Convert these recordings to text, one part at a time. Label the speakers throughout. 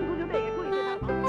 Speaker 1: 足球队也注意对他。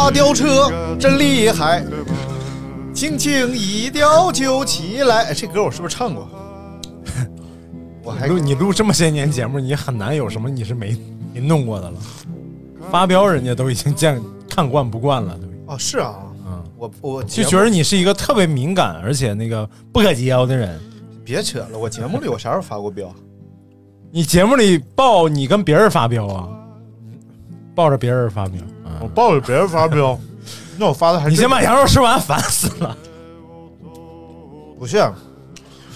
Speaker 2: 大吊车真厉害，轻轻一吊就起来。哎，这歌我是不是唱过？ 我还
Speaker 3: 哎录你录这么些年节目，你很难有什么你是没没弄过的了。发飙人家都已经见看惯不惯了，对
Speaker 2: 哦是啊，
Speaker 3: 嗯，
Speaker 2: 我我
Speaker 3: 就
Speaker 2: 节目
Speaker 3: 觉得你是一个特别敏感而且那个不可结交的人。
Speaker 2: 别扯了，我节目里我啥时候发过飙？
Speaker 3: 你节目里抱你跟别人发飙啊，抱着别人发飙。
Speaker 4: 我
Speaker 2: 啊
Speaker 3: 嗯，
Speaker 4: 抱着别人发 飙，那我发的还
Speaker 3: 你先把
Speaker 4: 买。
Speaker 3: 羊肉吃完，烦死了。
Speaker 2: 啊不是，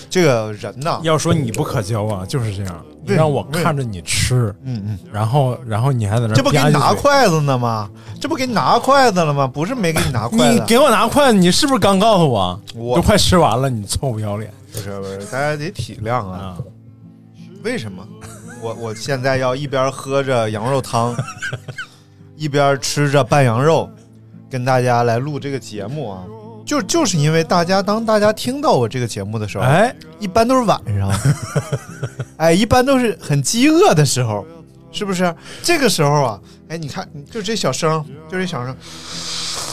Speaker 2: 这个人呐，
Speaker 3: 要说你不可交啊，就是这样，你
Speaker 4: 对
Speaker 3: 让我看着你吃，
Speaker 2: 嗯嗯，
Speaker 3: 然后然后你还在那儿
Speaker 2: 这不给
Speaker 3: 吧唧
Speaker 2: 你拿
Speaker 3: 嘴
Speaker 2: 筷子呢吗？这不给你拿筷子了吗？不是没给你拿筷
Speaker 3: 你
Speaker 2: 子，啊
Speaker 3: 给我拿筷子，你是不是刚告诉我？啊
Speaker 2: 我
Speaker 3: 都快吃完了，你臭不要脸
Speaker 2: 不是不是，大家得体谅啊。
Speaker 3: 啊！
Speaker 2: 为什么？我我现在要一边喝着羊肉汤，一边吃着拌羊肉，跟大家来录这个节目啊。就就是因为大家当大家听到我这个节目的时候，
Speaker 3: 哎，
Speaker 2: 一般都是晚 上，哎，一般都是很饥饿的时候，是不是？这个时候啊，哎，你看，就这小声，就这小声，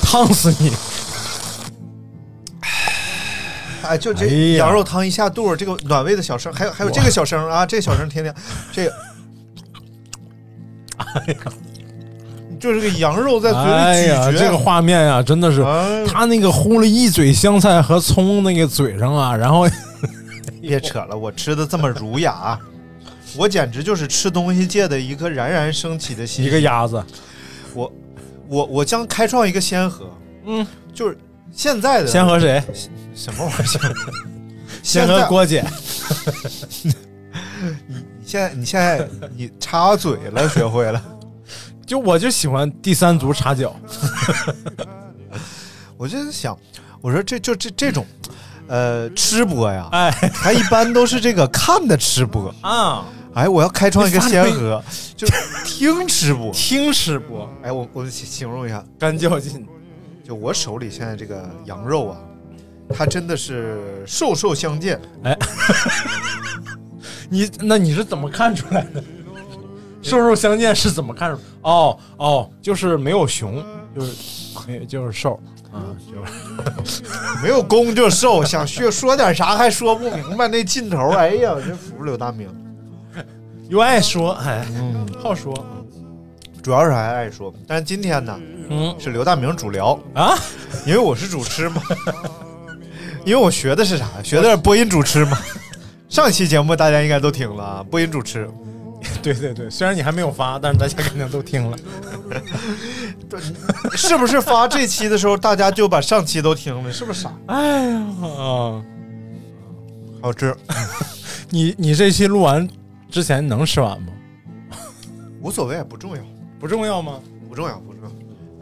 Speaker 3: 烫死你！
Speaker 2: 哎，就
Speaker 3: 哎
Speaker 2: 这
Speaker 3: 呀
Speaker 2: 羊肉汤一下肚，这个暖胃的小声，还有还有这个小声啊，这个小声听听，这 个，就是个羊肉在嘴
Speaker 3: 哎
Speaker 2: 里
Speaker 3: 呀，
Speaker 2: 咀嚼，啊
Speaker 3: 这个画面呀、真的是、
Speaker 2: 哎
Speaker 3: 他那个糊了一嘴香菜和葱那个嘴上啊，然后
Speaker 2: 别扯了，我吃的这么儒雅，啊我简直就是吃东西界的一颗冉冉升起的新
Speaker 3: 一个鸭子，
Speaker 2: 我我我将开创一个先河，
Speaker 3: 嗯，
Speaker 2: 就是现在的
Speaker 3: 先和谁？
Speaker 2: 什么玩意儿？
Speaker 3: 先
Speaker 2: 现
Speaker 3: 和
Speaker 2: 在
Speaker 3: 郭姐。
Speaker 2: 你现在你现在你插嘴了，学会了。
Speaker 3: 就我就喜欢第三足插脚，
Speaker 2: 我就是想，我说这就这这种，呃，吃播呀，
Speaker 3: 哎
Speaker 2: 它一般都是这个看的吃播。
Speaker 3: 啊，
Speaker 2: 哎，我要开创一个
Speaker 3: 你发
Speaker 2: 先
Speaker 3: 明
Speaker 2: 河，就是听吃播。
Speaker 3: 听吃播，
Speaker 2: 哎，我我形形容一下，
Speaker 3: 干较劲，
Speaker 2: 就我手里现在这个羊肉啊，它真的是瘦瘦相间，
Speaker 3: 你那你是怎么看出来的？瘦瘦相间是怎么看出？哦哦，就是没有熊，就是没有就是瘦，啊，就是
Speaker 2: 没有功就瘦，想学说点啥还说不明白那劲头，哎呀，我真服刘大明。
Speaker 3: 又爱说，哎，
Speaker 2: 嗯
Speaker 3: 好说，
Speaker 2: 主要是还爱说，但是今天呢
Speaker 3: 嗯
Speaker 2: 是刘大明主聊，
Speaker 3: 啊，
Speaker 2: 因为我是主持嘛，因为我学的是啥？学的是播音主持嘛。上期节目大家应该都听了啊，播音主持，
Speaker 3: 对对对，虽然你还没有发，但是大家肯定都听了。
Speaker 2: 是不是发这期的时候大家就把上期都听了？是不是傻？
Speaker 3: 哎呀，
Speaker 2: 好吃，
Speaker 3: 你你这期录完之前能吃完吗？
Speaker 2: 无所谓，不重要，
Speaker 3: 不重要吗？
Speaker 2: 不重要，不重要。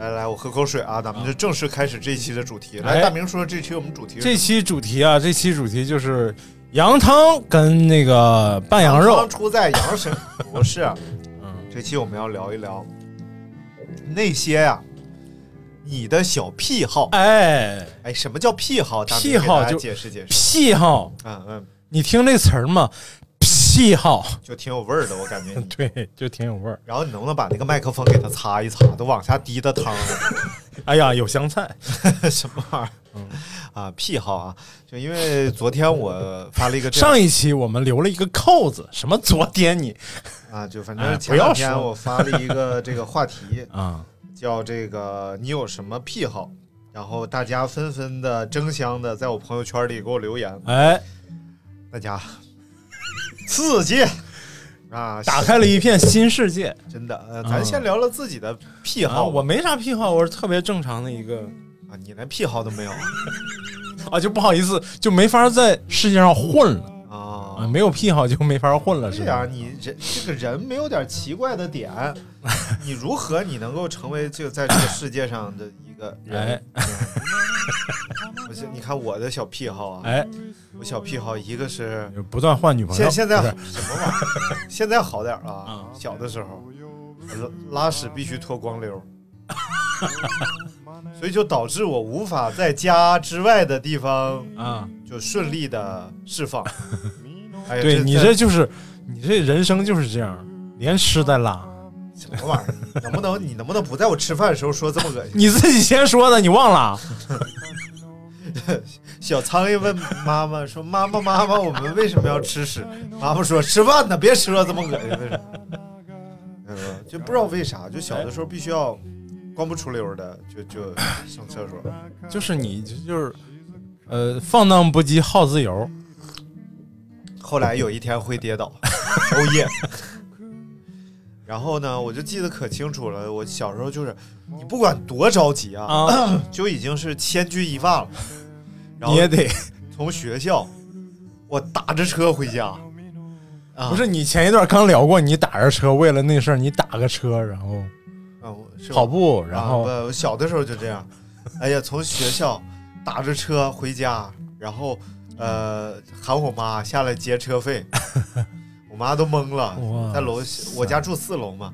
Speaker 2: 来来，我喝口水啊，咱们就正式开始这一期的主题。
Speaker 3: 哎
Speaker 2: 来，大明说说这期我们主题是
Speaker 3: 这期主题啊，这期主题就是羊汤跟那个拌羊肉
Speaker 2: 汤，出在羊 身，不是。啊
Speaker 3: 嗯，
Speaker 2: 这期我们要聊一聊那些呀、你的小癖好。
Speaker 3: 哎，
Speaker 2: 哎，什么叫癖好？大明
Speaker 3: 癖好
Speaker 2: 给大家
Speaker 3: 就
Speaker 2: 解释解释。
Speaker 3: 癖好，
Speaker 2: 嗯嗯，
Speaker 3: 你听这词儿嘛，癖好，
Speaker 2: 就挺有味儿的，我感觉。
Speaker 3: 对，就挺有味儿。
Speaker 2: 然后你能不能把那个麦克风给它擦一擦，都往下滴的 汤了，
Speaker 3: 哎呀，有香菜，
Speaker 2: 什么玩意儿？
Speaker 3: 嗯
Speaker 2: 啊，癖好啊，就因为昨天我发了一个这样
Speaker 3: 上一期我们留了一个扣子，什么昨天你
Speaker 2: 啊，就反
Speaker 3: 哎
Speaker 2: 正
Speaker 3: 不
Speaker 2: 前两
Speaker 3: 要
Speaker 2: 天
Speaker 3: 说
Speaker 2: 我发了一个这个话题，
Speaker 3: 啊
Speaker 2: 叫这个你有什么癖好？然后大家纷纷的争相的在我朋友圈里给我留言，
Speaker 3: 哎，
Speaker 2: 大 家刺激啊！
Speaker 3: 打开了一片新世界。
Speaker 2: 真的，呃，
Speaker 3: 嗯
Speaker 2: 咱先聊聊自己的癖
Speaker 3: 啊，
Speaker 2: 好。
Speaker 3: 我没啥癖好，我是特别正常的一个
Speaker 2: 啊，你连癖好都没 有
Speaker 3: 啊，就不好意思，就没法在世界上混了啊，
Speaker 2: 啊？
Speaker 3: 没有癖好就没法混了，是
Speaker 2: 这
Speaker 3: 吧？
Speaker 2: 样，哎你人这个人没有点奇怪的 点，你如何你能够成为这个在这个世界上的一个
Speaker 3: 哎
Speaker 2: 人？我现你看我的小癖好啊，
Speaker 3: 哎，
Speaker 2: 我小癖好一个是
Speaker 3: 就不断换女朋友。
Speaker 2: 现现在
Speaker 3: 不
Speaker 2: 什
Speaker 3: 是
Speaker 2: 么玩意儿？现在好点儿了
Speaker 3: 嗯
Speaker 2: 啊，小的时候拉拉屎必须脱光溜儿，所以就导致我无法在家之外的地方
Speaker 3: 啊，
Speaker 2: 就顺利的释放。哎呀
Speaker 3: 对你
Speaker 2: 这
Speaker 3: 这就是你这人生就是这样，连吃带拉。
Speaker 2: 什么玩意儿？你能不能你能不能不在我吃饭的时候说这么恶心？
Speaker 3: 你自己先说的，你忘了？
Speaker 2: 小苍蝇问妈妈说：“妈妈妈妈，我们为什么要吃屎？”妈妈说：“吃饭呢，别吃了这么恶 心的事。”嗯，就不知道为啥，就小的时候必须要光不出溜儿的，就就上厕 所。
Speaker 3: 就是你就就是呃放荡不羁、好自由。
Speaker 2: 后来有一天会跌倒， 哦耶！然后呢，我就记得可清楚了。我小时候就是，你不管多着急啊，
Speaker 3: 啊
Speaker 2: 就已经是千钧一发了。然
Speaker 3: 你
Speaker 2: 后
Speaker 3: 也得
Speaker 2: 从学校，我打着车回家，啊，
Speaker 3: 不是你前一段刚聊过，你打着车为了那事儿，你打个车，然后
Speaker 2: 啊，我是吧
Speaker 3: 跑步，然后
Speaker 2: 啊、不我小的时候就这样， 哎呀，从学校打着车回家，然后呃喊我妈下来结车 费，我妈都懵了，
Speaker 3: 哇
Speaker 2: 在楼下我家住四楼嘛，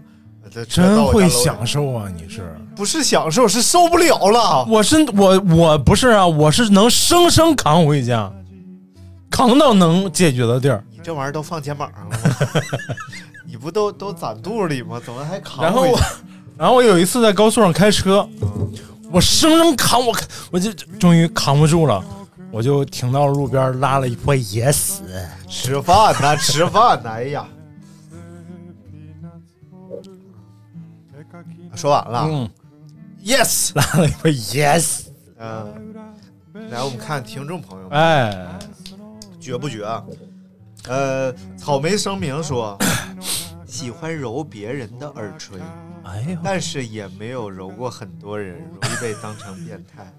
Speaker 2: 这车到
Speaker 3: 真
Speaker 2: 我家
Speaker 3: 会
Speaker 2: 楼下
Speaker 3: 享，受啊！你是，
Speaker 2: 不是享受，是受不了了。
Speaker 3: 我是我我不是啊，我是能生生扛回家，扛到能解决的地儿。
Speaker 2: 你这玩意儿都放肩膀上了吗， 你不都都攒肚里吗？怎么还扛回去？
Speaker 3: 然后我， 然后我有一次在高速上开车，我生生扛，我我就终于扛不住了，我就停到路边拉了一块野屎，
Speaker 2: 吃饭呢，吃饭呢，哎呀，
Speaker 3: 嗯
Speaker 2: 说完了。啊
Speaker 3: 嗯，
Speaker 2: Yes，
Speaker 3: 拉了一块野屎，
Speaker 2: 嗯、啊来我们看听众朋友们
Speaker 3: 哎，
Speaker 2: 绝不绝啊？呃，草莓声明说， 喜欢揉别人的耳垂，
Speaker 3: 哎呦，
Speaker 2: 但是也没有揉过很多人，容易被当成变 态。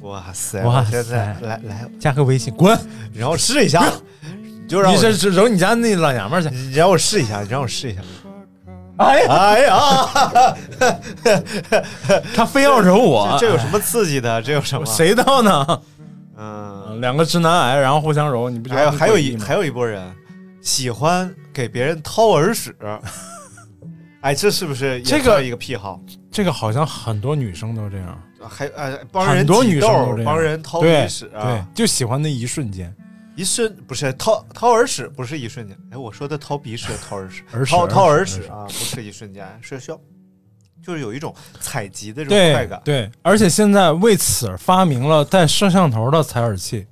Speaker 2: 哇塞！
Speaker 3: 哇
Speaker 2: 我现在
Speaker 3: 塞
Speaker 2: 来来，
Speaker 3: 加个微信，滚！
Speaker 2: 你让我试一下，你 就让
Speaker 3: 你
Speaker 2: 我
Speaker 3: 这，这揉你家那老娘们儿去，
Speaker 2: 你让我试一下，你让我试一下。
Speaker 3: 哎呀，
Speaker 2: 哎呀，
Speaker 3: 他非要揉 我，
Speaker 2: 这有什么刺激的？这有什么？？
Speaker 3: 谁知道呢？
Speaker 2: 嗯，
Speaker 3: 两个直男癌，然后互相揉，你不觉得
Speaker 2: 还有还
Speaker 3: 很
Speaker 2: 有
Speaker 3: 诡异
Speaker 2: 一
Speaker 3: 吗
Speaker 2: 还有一波人喜欢给别人掏耳屎， 哎，这是不是也
Speaker 3: 这个
Speaker 2: 算一个癖好？
Speaker 3: 这个好像很多女生都这样，
Speaker 2: 还呃、帮人
Speaker 3: 很多
Speaker 2: 挤
Speaker 3: 女
Speaker 2: 痘
Speaker 3: 生
Speaker 2: 儿
Speaker 3: 都这样
Speaker 2: 帮人掏
Speaker 3: 对
Speaker 2: 鼻屎、
Speaker 3: 对
Speaker 2: 啊，，
Speaker 3: 就喜欢那一瞬间，
Speaker 2: 一瞬不是掏掏耳屎，不是一瞬间。哎，我说的掏鼻屎，掏耳屎，
Speaker 3: 耳屎
Speaker 2: 掏
Speaker 3: 耳
Speaker 2: 掏
Speaker 3: 屎
Speaker 2: 耳
Speaker 3: 耳
Speaker 2: 屎
Speaker 3: 屎
Speaker 2: 啊，不是一瞬间，是需要，就是有一种采集的这种快
Speaker 3: 对
Speaker 2: 感。
Speaker 3: 对，而且现在为此发明了带摄像头的采耳器，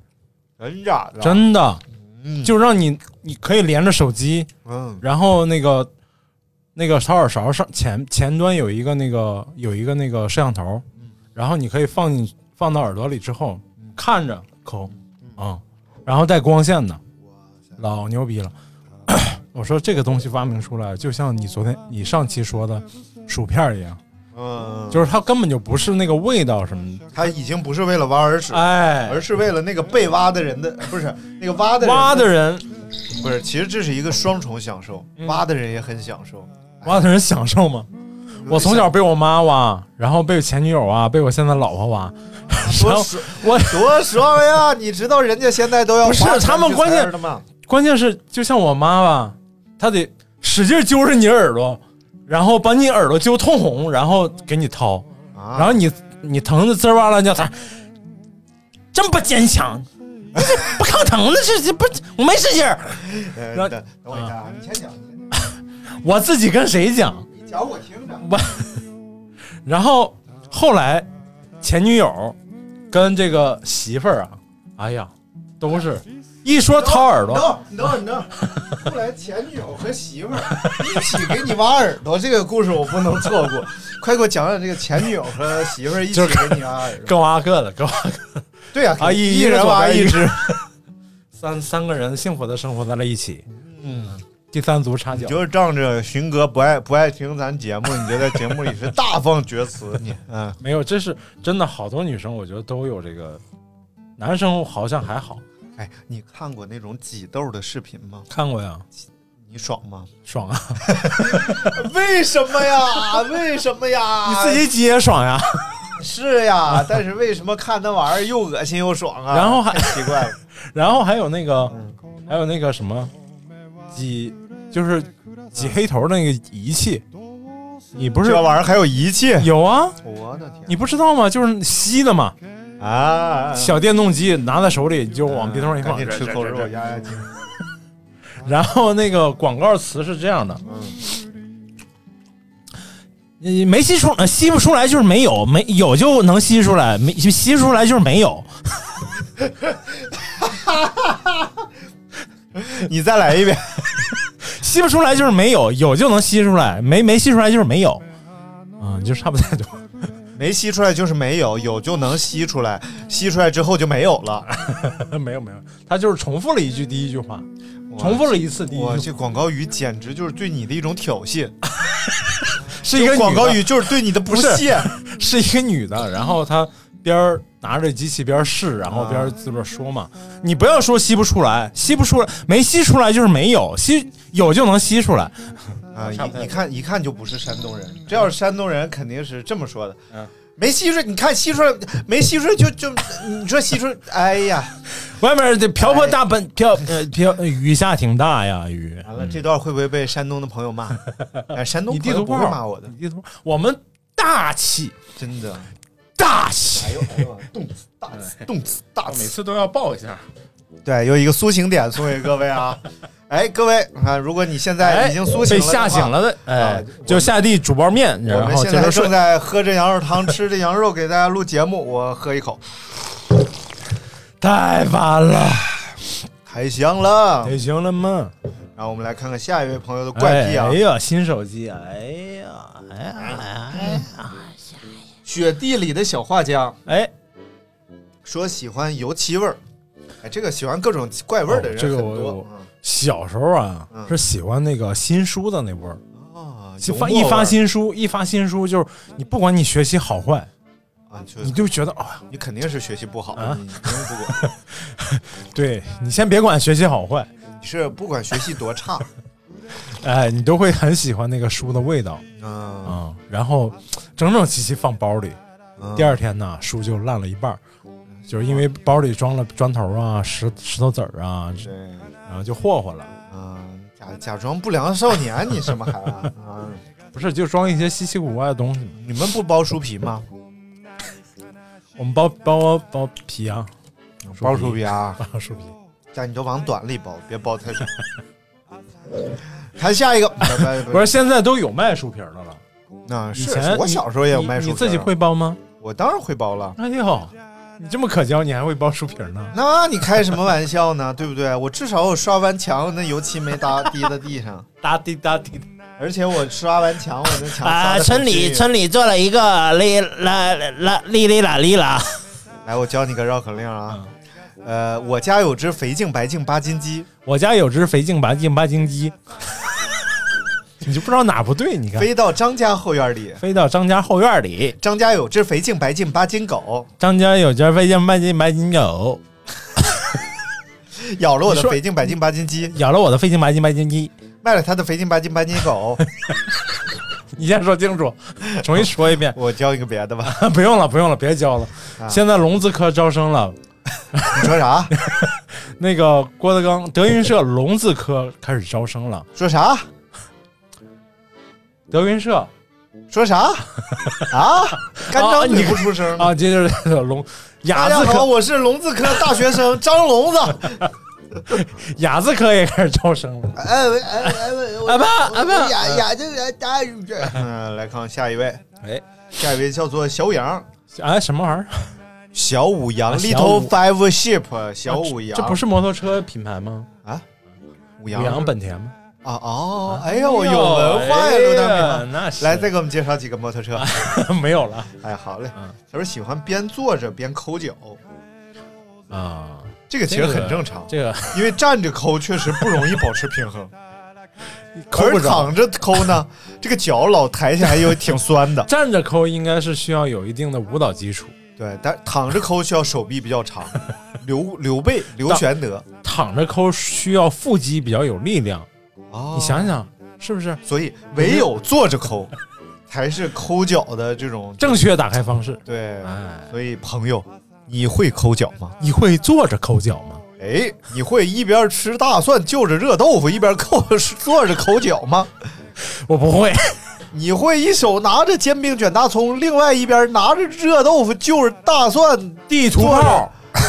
Speaker 2: 真假的？
Speaker 3: 真的
Speaker 2: 啊嗯
Speaker 3: 就让你你可以连着手机，
Speaker 2: 嗯
Speaker 3: 然后那个那个掏耳勺上前前端有一个那个有一个那个摄像头，然后你可以放进放到耳朵里之后看着抠，嗯，然后带光线的，老牛逼了。 我说这个东西发明出来，就像你昨天你上期说的薯片儿一样，
Speaker 2: 嗯，
Speaker 3: 就是它根本就不是那个味道什么的，
Speaker 2: 他已经不是为了挖耳屎，
Speaker 3: 哎
Speaker 2: 而，是为了那个被挖的人的，不是那个挖的人
Speaker 3: 挖
Speaker 2: 的
Speaker 3: 的人
Speaker 2: 不是，其实这是一个双重享受，
Speaker 3: 嗯
Speaker 2: 挖的人也很享受。
Speaker 3: 挖的人享受吗？我从小被我妈挖，然后被前女友挖，被我现在老婆挖，
Speaker 4: 嗯
Speaker 3: 然
Speaker 2: 多
Speaker 3: 后
Speaker 2: 爽，
Speaker 3: 我
Speaker 2: 多爽呀！你知道人家现在都要
Speaker 3: 不是
Speaker 2: 花钱
Speaker 3: 他们
Speaker 2: 去
Speaker 3: 关键
Speaker 2: 采的吗？
Speaker 3: 关键是就像我妈吧，她得使劲揪着你耳朵，然后把你耳朵揪通红，然后给你掏，
Speaker 2: 啊，
Speaker 3: 然后你你疼的滋儿哇啦叫啥？真不坚强，不抗疼的是不？我没使劲儿，
Speaker 2: 呃
Speaker 3: 然后
Speaker 2: 等等我一下啊，你先讲，你先讲
Speaker 3: 我自己跟谁讲？
Speaker 2: 你讲我听着。
Speaker 3: 然后后来前女友跟这个媳妇儿啊，哎呀，都是一一说掏耳朵，
Speaker 2: No
Speaker 4: 你等会儿，你等会儿，
Speaker 2: 后来前女友和媳妇儿一起给你挖耳朵，这个故事我不能错过。快给我讲讲这个前女友和媳妇儿一起给你挖耳朵。
Speaker 3: 各挖各的，各挖
Speaker 2: 对呀、
Speaker 3: 啊一
Speaker 2: 一人挖
Speaker 3: 一个左
Speaker 2: 只。
Speaker 3: 三三个人幸福的生活在了一起。嗯，第三足插
Speaker 2: 你
Speaker 3: 脚，
Speaker 2: 就是仗着寻哥不爱不爱听咱节目，你就在节目里是大放厥 词，你嗯，
Speaker 3: 没有，这是真的。好多女生我觉得都有这个，男生好像还好。
Speaker 2: 哎，你看过那种挤痘的视频吗？
Speaker 3: 看过呀，
Speaker 2: 你爽吗？
Speaker 3: 爽啊！
Speaker 2: 为什么呀？为什么呀？
Speaker 3: 你自己挤也爽呀。
Speaker 2: 是呀，但是为什么看那玩意儿又恶心又爽啊？
Speaker 3: 然后还
Speaker 2: 太奇怪了，
Speaker 3: 然后还有那个，还有那个什么，挤就是挤黑头那个仪器，你不是
Speaker 2: 这玩意儿还有仪器，
Speaker 3: 有啊？
Speaker 2: 我的天
Speaker 3: 你不知道吗？就是吸的嘛，
Speaker 2: 啊！
Speaker 3: 小电动机拿在手里你就往鼻头上一
Speaker 2: 嗯赶
Speaker 3: 放，
Speaker 2: 紧吃口肉压压惊。
Speaker 3: 然后那个广告词是这样的，你没吸出，呃吸不出来就是没有，没有就能吸出来，没吸不出来就是没有。
Speaker 2: 你再来一遍，
Speaker 3: 吸不出来就是没有，有就能吸出来，没没吸出来就是没有。嗯，就 差不太多。
Speaker 2: 没吸出来就是没有，有就能吸出来，吸出来之后就没有了。
Speaker 3: 没有没有，他就是重复了一句第一句话，重复了一次第一
Speaker 2: 我
Speaker 3: 句，
Speaker 2: 这广告语简直就是对你的一种挑衅，
Speaker 3: 是一个女的
Speaker 2: 广告语就是对你的不
Speaker 3: 不是
Speaker 2: 屑。
Speaker 3: 是一个女的，然后她边儿拿着机器边儿试，然后边儿自个儿说嘛，你不要说吸不出来，吸不出来，没吸出来就是没有，吸有就能吸出来。
Speaker 2: 啊，
Speaker 3: 差不多
Speaker 2: 一一看一看就不是山东人。这要是山东人，肯定是这么说的。
Speaker 3: 嗯
Speaker 2: 没吸出来，你看吸出来没吸出来就就，你说吸出来，哎呀，
Speaker 3: 外面这瓢泼大奔瓢呃瓢雨下挺大呀雨，
Speaker 2: 完了这段会不会被山东的朋友骂？哎，山东
Speaker 3: 你地
Speaker 2: 朋友
Speaker 3: 图
Speaker 2: 不
Speaker 3: 炮
Speaker 2: 会骂我的
Speaker 3: 你，地图炮，我们大气
Speaker 2: 真 的。
Speaker 3: 大气，
Speaker 2: 呦哎呦，动词大词动词大词。
Speaker 3: 次都要报一下。
Speaker 2: 对，有一个苏醒点送给各位啊。哎，各位啊，如果你现在已经苏醒
Speaker 3: 哎被
Speaker 2: 了，
Speaker 3: 吓醒。了的，
Speaker 2: 啊
Speaker 3: 哎
Speaker 2: 我，
Speaker 3: 就下地煮包面，
Speaker 2: 我
Speaker 3: 然
Speaker 2: 们
Speaker 3: 后
Speaker 2: 现
Speaker 3: 接
Speaker 2: 在
Speaker 3: 着睡
Speaker 2: 正。在喝着羊肉汤，吃着羊肉，给大家录节目。我喝一口，
Speaker 3: 太烦了，
Speaker 2: 啊太香了。
Speaker 3: 也行了吗？
Speaker 2: 然后我们来看看下一位朋友的怪癖啊。
Speaker 3: 哎呀，新手机，哎呀，哎呀，哎呀，
Speaker 2: 雪地里的小画家
Speaker 3: 哎，
Speaker 2: 说喜欢油漆味儿，哎，这个喜欢各种怪味儿的人
Speaker 3: 哦
Speaker 2: 很
Speaker 3: 这
Speaker 2: 多。
Speaker 3: 个我有小时候啊
Speaker 2: 嗯，
Speaker 3: 是喜欢那个新书的那味儿，
Speaker 2: 啊，
Speaker 3: 就发
Speaker 2: 油墨
Speaker 3: 一
Speaker 2: 味儿
Speaker 3: 发新书，一发新书就是你不管你学习好坏，
Speaker 2: 啊，就
Speaker 3: 你就觉得啊，
Speaker 2: 你肯定是学习不好，
Speaker 3: 啊
Speaker 2: 你不用不管，
Speaker 3: 对你先别管学习好坏，
Speaker 2: 你是不管学习多 差，
Speaker 3: 哎，你都会很喜欢那个书的味道
Speaker 2: 嗯，
Speaker 3: 啊、然后整整齐齐放包里，
Speaker 2: 嗯
Speaker 3: 第二天呢，书就烂了一半儿，就是因为包里装了砖头啊、石石头子儿啊，
Speaker 2: 对，
Speaker 3: 然后就霍霍了。
Speaker 2: 嗯，假假装不良少年，你什么还啊？
Speaker 3: 不是，就装一些稀奇古怪的东西嘛。
Speaker 2: 你们不包书皮吗？
Speaker 3: 我们包包包皮啊，
Speaker 2: 包书皮啊，
Speaker 3: 包书皮。
Speaker 2: 但你就往短里包，别包太长。谈下一个，
Speaker 3: 不是，现在都有卖书皮儿的了。
Speaker 2: 那
Speaker 3: 以
Speaker 2: 是
Speaker 3: 前
Speaker 2: 我小时候也有
Speaker 3: 你
Speaker 2: 卖书皮
Speaker 3: 你自己
Speaker 2: 儿啊
Speaker 3: 会包吗？
Speaker 2: 我当然会包了。
Speaker 3: 哎呦，你这么可交，你还会包书皮儿呢？
Speaker 2: 那你开什么玩笑呢？对不对？我至少我刷完墙，那油漆没搭 滴到地上，
Speaker 3: 哒滴哒滴。
Speaker 2: 而且我刷完墙，我那墙擦
Speaker 5: 啊，
Speaker 2: 得很
Speaker 5: 村里
Speaker 2: 均匀
Speaker 5: 村里做了一个哩啦啦哩哩啦哩啦，
Speaker 2: 来，我教你个绕口令啊。
Speaker 3: 嗯
Speaker 2: 呃，我家有只肥净白净八斤鸡，
Speaker 3: 我家有只肥净白净八斤鸡， 你就不知道哪不对，你看。
Speaker 2: 飞到张家后院里。
Speaker 3: 飞到张家后院里，
Speaker 2: 张家有只肥净白净八斤狗，
Speaker 3: 张家有家飞进白金白金狗，
Speaker 2: 咬了我的
Speaker 3: 你说
Speaker 2: 肥净白净八斤鸡，
Speaker 3: 咬了我的飞进白金白金鸡。
Speaker 2: 卖了它的肥净白净八斤狗。
Speaker 3: 你先说清楚，重新说 一遍。
Speaker 2: 我教你个别的吧。
Speaker 3: 不用了，不用了，别教了。
Speaker 2: 啊
Speaker 3: 现在聋子科招生了，
Speaker 2: 你说啥？
Speaker 3: 那个郭德纲德云社聋子科开始招生了。
Speaker 2: 说啥？
Speaker 3: 德云社
Speaker 2: 说啥？啊？干
Speaker 3: 啊
Speaker 2: 张
Speaker 3: 你
Speaker 2: 嘴不出声。
Speaker 3: 啊，这就是聋
Speaker 2: 大
Speaker 3: 哑
Speaker 2: 家
Speaker 3: 字
Speaker 2: 好，
Speaker 3: 科，
Speaker 2: 我是聋子科大学生 张聋子。
Speaker 3: 哑字科也开始招生了。
Speaker 2: 哎喂哎哎喂，我
Speaker 3: 阿爸阿爸，
Speaker 2: 呀呀，这个哎大鱼这。嗯，来看下一位，
Speaker 3: 哎啊
Speaker 2: 下一位叫做小杨，
Speaker 3: 哎，什么玩意儿？
Speaker 2: 小五羊
Speaker 3: 啊小
Speaker 2: ，Little
Speaker 3: 五
Speaker 2: Five Sheep，小
Speaker 3: 啊这
Speaker 2: 五羊，
Speaker 3: 这不是摩托车品牌吗？
Speaker 2: 五
Speaker 3: 五
Speaker 2: 羊
Speaker 3: 羊本田吗？
Speaker 2: 啊哦，哎呦，有文化呀，
Speaker 3: 哎
Speaker 2: 刘大明。
Speaker 3: 那是
Speaker 2: 啊来，再给我们介绍几个摩托车。
Speaker 3: 没有了
Speaker 2: 哎，好嘞
Speaker 3: 嗯。
Speaker 2: 他说喜欢边坐着边抠脚，
Speaker 3: 啊。
Speaker 2: 这个其实很正常，
Speaker 3: 这个
Speaker 2: 因为站着抠确实不容易保持平衡，
Speaker 3: 抠不
Speaker 2: 而
Speaker 3: 着，。
Speaker 2: 躺着抠呢，这个脚老抬起来又挺酸的
Speaker 3: 站着抠应该是需要有一定的舞蹈基础，
Speaker 2: 对，但躺着抠需要手臂比较 长。刘刘备、刘玄德，
Speaker 3: 躺着抠需要腹肌比较有力量。
Speaker 2: 哦
Speaker 3: 你想想是不是
Speaker 2: 所以唯有坐着抠，才是抠脚的这种
Speaker 3: 正确打开方式？
Speaker 2: 对。
Speaker 3: 哎，
Speaker 2: 所以朋友，你会抠脚吗？
Speaker 3: 你会坐着抠脚吗？
Speaker 2: 哎，你会一边吃大蒜就着热豆腐，一边扣坐着抠脚吗？
Speaker 3: 我不会，
Speaker 2: 你会一手拿着煎饼卷大葱，另外一边拿着热豆腐就着大蒜
Speaker 3: 地图
Speaker 2: 坐着
Speaker 3: 炮，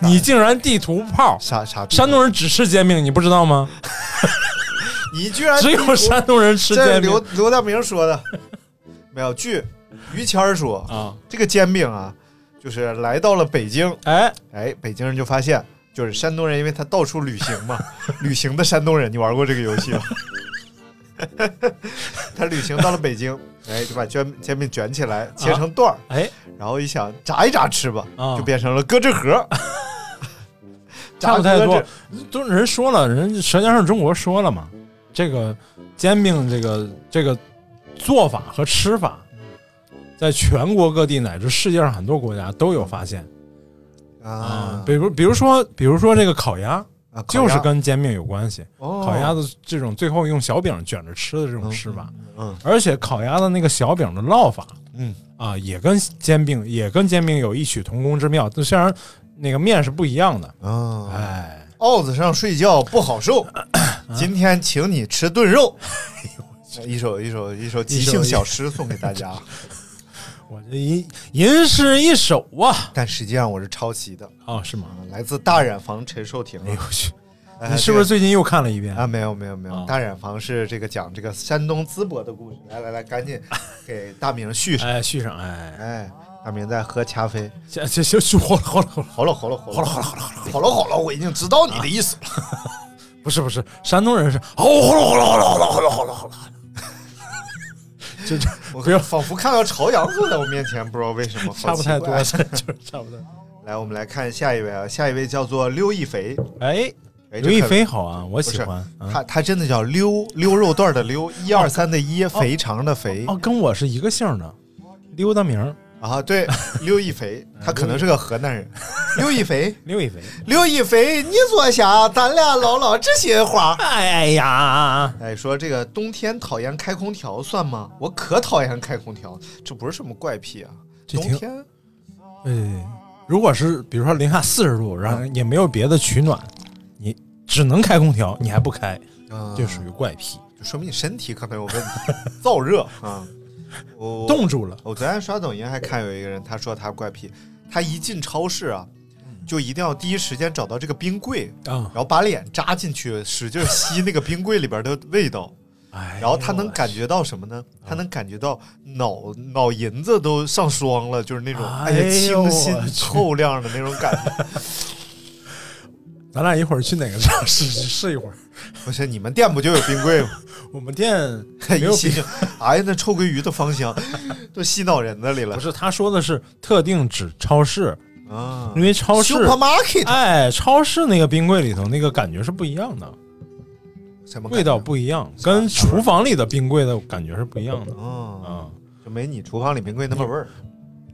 Speaker 3: 你竟然地图炮！
Speaker 2: 啥啥？
Speaker 3: 山东人只吃煎饼，你不知道吗？
Speaker 2: 你居然
Speaker 3: 只有山东人吃
Speaker 2: 这是
Speaker 3: 煎
Speaker 2: 刘
Speaker 3: 饼
Speaker 2: 刘大明说的， 没有。据于谦儿说，
Speaker 3: 啊！
Speaker 2: 这个煎饼啊，就是来到了北京，
Speaker 3: 哎，
Speaker 2: 哎，北京人就发现，就是山东人，因为他到处旅行嘛，旅行的山东人，你玩过这个游戏吗？ 他旅行到了北京，哎，就把煎煎饼卷起来，切成段儿，
Speaker 3: 哎，
Speaker 2: 然后一想炸一炸吃吧，
Speaker 3: 啊
Speaker 2: 就变成了咯吱 盒。
Speaker 3: 差
Speaker 2: 炸
Speaker 3: 不太
Speaker 2: 咯
Speaker 3: 多
Speaker 2: 吱，。
Speaker 3: 都人说了，人《舌尖上的中国》说了嘛，这个煎饼这个这个做法和吃法，在全国各地乃至世界上很多国家都有发现
Speaker 2: 啊
Speaker 3: 比如比如说比如说这个烤鸭，
Speaker 2: 啊
Speaker 3: 就是跟煎饼有关系。
Speaker 2: 烤
Speaker 3: 烤
Speaker 2: 鸭
Speaker 3: 鸭
Speaker 2: 哦
Speaker 3: 的这种最后用小饼卷着吃的这种吃法，
Speaker 2: 嗯
Speaker 3: 而且烤鸭的那个小饼的烙法，
Speaker 2: 嗯
Speaker 3: 啊，也跟煎饼也跟煎饼有异曲同工之妙，就虽然那个面是不一样的，
Speaker 2: 啊，
Speaker 3: 哎。
Speaker 2: 袄子上睡觉不好受，今天请你吃炖肉。 一首一首一首即兴小诗送给大 家，
Speaker 3: 我这吟吟诗一首啊！
Speaker 2: 但实际上我是抄袭的，
Speaker 3: 哦，是吗？
Speaker 2: 来自大染坊陈寿亭。
Speaker 3: 哎呦我去！
Speaker 2: 哎
Speaker 3: 你是不是最近又看了一遍？
Speaker 2: 啊，没有没有没有
Speaker 3: 啊，
Speaker 2: 大染坊是这个讲这个山东淄博的故事。来来来，赶 紧给大明续上。
Speaker 3: 哎，续上哎，
Speaker 2: 哎，大明在喝咖啡，
Speaker 3: 这这这这好了好了好了，
Speaker 2: 好了好了好了好了好了好了好了，我已经知道你的意 思了。
Speaker 3: 不是不是，山东人是好了好了好了好了好了好了好了，就这
Speaker 2: 我
Speaker 3: 不要
Speaker 2: 仿佛看到朝阳坐在我面前，不知道为什么，好
Speaker 3: 差不太
Speaker 2: 奇
Speaker 3: 多，
Speaker 2: 怪
Speaker 3: 就是差不多。
Speaker 2: 来，我们来看下一位啊，下一位叫做溜一肥，
Speaker 3: 哎，
Speaker 2: 哎
Speaker 3: 刘亦，
Speaker 2: 这
Speaker 3: 菲好啊，我
Speaker 2: 可
Speaker 3: 喜欢
Speaker 2: 不是
Speaker 3: 啊。
Speaker 2: 他，他真的叫溜溜肉段的溜，一二三的一，肥肠的肥
Speaker 3: 哦，跟我是一个姓儿的，溜达名儿
Speaker 2: 啊， 对，溜一肥，他可能是个河南人，溜一肥，
Speaker 3: 刘亦菲。
Speaker 2: 刘亦菲，你坐下，咱俩唠唠知心话。
Speaker 3: 哎呀，
Speaker 2: 哎，说这个冬天讨厌开空调算吗？我可讨厌开空调，这不是什么怪癖啊。
Speaker 3: 这
Speaker 2: 冬
Speaker 3: 挺
Speaker 2: 天
Speaker 3: 哎，如果是比如说零下四十度，然后也没有别的取暖，你只能开空调，你还不开，
Speaker 2: 啊
Speaker 3: 就属于怪癖，
Speaker 2: 就说明你身体可能有问题，燥热啊。 我
Speaker 3: 冻住了。
Speaker 2: 我昨天刷抖音还看有一个人，他说他怪癖，他一进超市啊，
Speaker 3: 嗯
Speaker 2: 就一定要第一时间找到这个冰柜，
Speaker 3: 啊
Speaker 2: 然，后把脸扎进去，使劲吸那个冰柜里边的味道。
Speaker 3: 哎，
Speaker 2: 然后他能感觉到什么呢？他
Speaker 3: 嗯
Speaker 2: 能感觉到脑脑银子都上霜了，就是那种哎
Speaker 3: 哎
Speaker 2: 呀
Speaker 3: 呦
Speaker 2: 清新
Speaker 3: 我去
Speaker 2: 透亮的那种感觉。
Speaker 3: 咱俩一会儿去哪个超市去试一会儿？
Speaker 2: 不是你们店不就有冰柜吗？
Speaker 3: 我们店没
Speaker 2: 一
Speaker 3: 有
Speaker 2: 吸
Speaker 3: 冰，
Speaker 2: 进，哎呀，那臭鳜鱼的芳香 都吸脑仁子里了
Speaker 3: 不是他说的是特定指超市，
Speaker 2: 啊
Speaker 3: 因！为超市
Speaker 2: supermarket
Speaker 3: 哎，超市那个冰柜里头那个感觉是不一样的，
Speaker 2: 什么感觉
Speaker 3: 味道不一样，跟厨房里的冰柜的感觉是不一样的
Speaker 2: 啊，
Speaker 3: 啊。
Speaker 2: 就没你厨房里冰柜那么味儿。